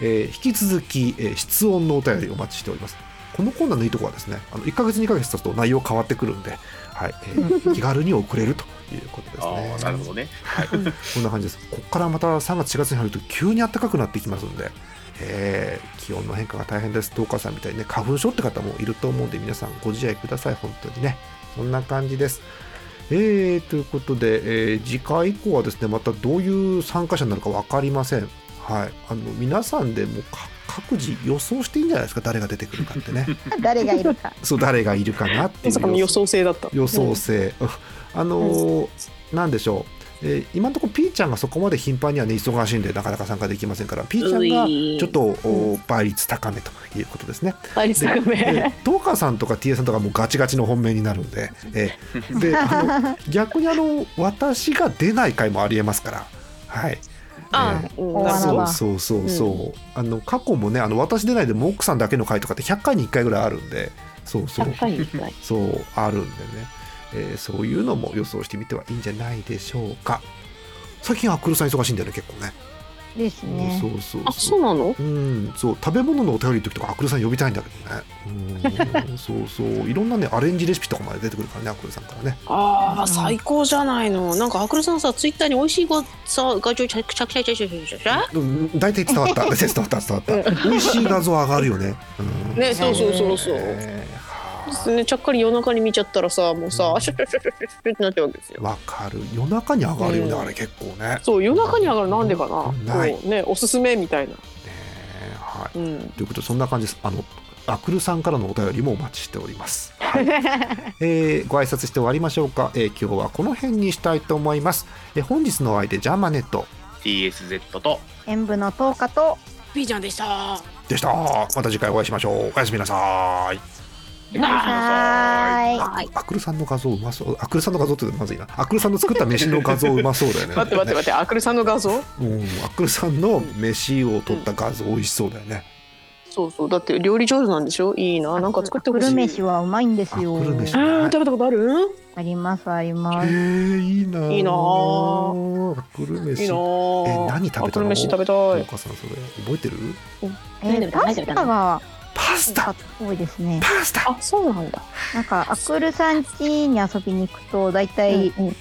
Speaker 1: えー引き続き、えー室温のお便りお待ちしておりますこのコーナーのいいところはですねあの1ヶ月2ヶ月経つと内容変わってくるんで、はいえ (laughs) ー気軽に送れるということです
Speaker 2: あ
Speaker 1: ね
Speaker 2: あなるほどね
Speaker 1: こんな感じです。ここからまた3月4月に入ると急に暖かくなってきますんで、えー気温の変化が大変です。トーカーさんみたいにね、花粉症って方もいると思うんで、皆さんご自愛ください。本当にね。そんな感じです。えーということで、えー次回以降はですね、またどういう参加者になるか分かりません。はい。あの、皆さんでもうか各自予想していいんじゃないですか、誰が出てくるかってね。
Speaker 4: 誰がいるか。
Speaker 1: そう、誰がいるかなってい
Speaker 3: まさかの
Speaker 1: う
Speaker 3: 予想性だった
Speaker 1: 予想性、あのーなんでしょう、えー今のところピーちゃんがそこまで頻繁にはね忙しいんでなかなか参加できませんからピーちゃんがちょっとお倍率高めということですね。
Speaker 3: 倍率
Speaker 1: で
Speaker 3: 高め
Speaker 1: トーカーさんとか TA さんとかもうガチガチの本命になるんで、え
Speaker 3: (laughs)
Speaker 1: ーであの逆にあの私が出ない回もありえますから。はい、
Speaker 3: あ
Speaker 1: え
Speaker 3: うん
Speaker 4: お
Speaker 3: なるほ
Speaker 1: (laughs) そ
Speaker 3: ど
Speaker 1: うそうそうそう、
Speaker 3: う
Speaker 1: あの過去もねあの私出ないでも奥さんだけの回とかって100回に1回ぐらいあるんでそうそう
Speaker 6: 100回に1回。
Speaker 1: そうあるんでね、えーそういうのも予想してみてはいいんじゃないでしょうか最近アクルさん忙しいんだよね結構ね
Speaker 4: ですね
Speaker 1: そ。うそう
Speaker 3: あ
Speaker 1: そ
Speaker 3: そううなの
Speaker 1: うん、そう食べ物のお便りの時とかアクルさん呼びたいんだけど
Speaker 3: (laughs)
Speaker 1: ねうんそうそういろんなねアレンジレシピとかまで出てくるからねアクルさんからね
Speaker 3: ああ最高じゃないのなんかアクルさんさツイッターに美味しいごさガジョチャクチャクチャクチャクチャクチャクチャ
Speaker 1: うん大体伝わった
Speaker 3: (laughs)
Speaker 1: 大体伝わった伝わった美味しい画像上がるよね、うん
Speaker 3: ねそうそうそうそう
Speaker 1: えーは
Speaker 3: ですねちゃっかり夜中に見ちゃったらさもうさあシュシュシュシュシュシュってなっちゃうわけですよ
Speaker 1: あわかる夜中に上がるよね、
Speaker 3: うん
Speaker 1: あれ結構ねね
Speaker 3: そう夜中に上がるなんでかな
Speaker 1: ない
Speaker 3: そうねおすすめみたいな
Speaker 1: はい
Speaker 3: うん
Speaker 1: ということでそんな感じですあのアクルさんからのお便りもお待ちしております、はいえーご挨拶して終わりましょうか、えー今日はこの辺にしたいと思います、えー本日のお相手ジャーマネット
Speaker 2: TSZ と
Speaker 4: (laughs) 演舞の10日と。
Speaker 3: ピーちゃんでした
Speaker 1: でしたまた次回お会いしましょうおやすみなさーい
Speaker 4: はー
Speaker 1: ア
Speaker 4: い。
Speaker 1: クアクルさんの画像うまそうアクルさんの画像って言うのまずいなアクルさんの作った飯の画像うまそうだよね
Speaker 3: 待って待って待ってアクルさんの画像
Speaker 1: うん、アクルさんの飯を撮った画像美味しそうだよね、
Speaker 3: そうそうだって料理上手なんでしょいいななんか作ってほしい
Speaker 4: グルメ飯はうまいんですよ。
Speaker 1: あグルメ飯
Speaker 3: あー食べたことある
Speaker 4: ありますあり
Speaker 1: え
Speaker 4: ます。
Speaker 1: ー、いいなー
Speaker 3: いいなー
Speaker 1: アクル飯
Speaker 3: いいな
Speaker 1: え
Speaker 3: ー
Speaker 1: 何食べたの
Speaker 3: アクル飯食べた
Speaker 1: お
Speaker 3: い
Speaker 1: 母さんそれ覚えてる
Speaker 4: え
Speaker 6: 何食べ
Speaker 4: ー、パス
Speaker 6: た何食べた
Speaker 4: タが
Speaker 1: パスタ
Speaker 4: 多いですね。
Speaker 1: パスタ
Speaker 6: あ、そうなんだ。
Speaker 4: なんかアクルさん家に遊びに行くとだいたい
Speaker 6: うんうん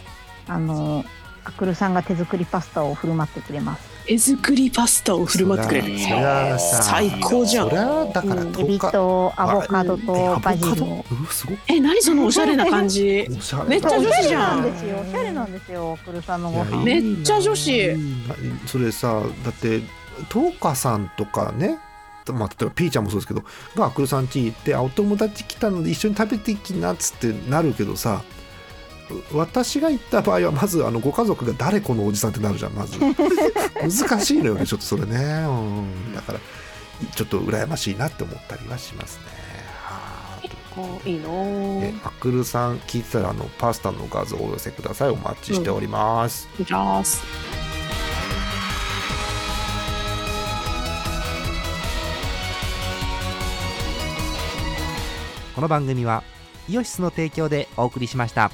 Speaker 4: あのアクルさんが手作りパスタを振る舞ってくれます。
Speaker 3: 手作りパスタを振る舞ってくれる
Speaker 1: そりゃあさ
Speaker 3: 最高じゃん
Speaker 1: そりゃあだから
Speaker 3: うん
Speaker 1: 10
Speaker 4: エビ
Speaker 1: 日
Speaker 4: とアボカド
Speaker 1: え
Speaker 4: とバジルを。
Speaker 1: アボカドうわすごい
Speaker 3: え何そのおしゃれな感じ
Speaker 1: おしゃれ
Speaker 3: めっちゃ女子じゃん
Speaker 4: おしゃれなんですよ。おしゃれなんですよ。アクルさんのご
Speaker 1: いやいい
Speaker 4: 飯。
Speaker 1: な
Speaker 3: めっちゃ女子
Speaker 1: いいなそれさだってトーカさんとかねまあ、例えばピーちゃんもそうですけどがアクルさん家行ってあ「お友達来たので一緒に食べてきな」っつってなるけどさ私が行った場合はまずあのご家族が「誰このおじさん」ってなるじゃんまず難しいのよねちょっとそれね、うん、だからちょっと羨ましいなって思ったりはしますねはい
Speaker 3: あいいな
Speaker 1: え
Speaker 3: ー
Speaker 1: アクルさん聞いてたらあのパスタの画像をお寄せくださいお待ちしております、
Speaker 3: じゃあ
Speaker 5: この番組はイオシスの提供でお送りしました。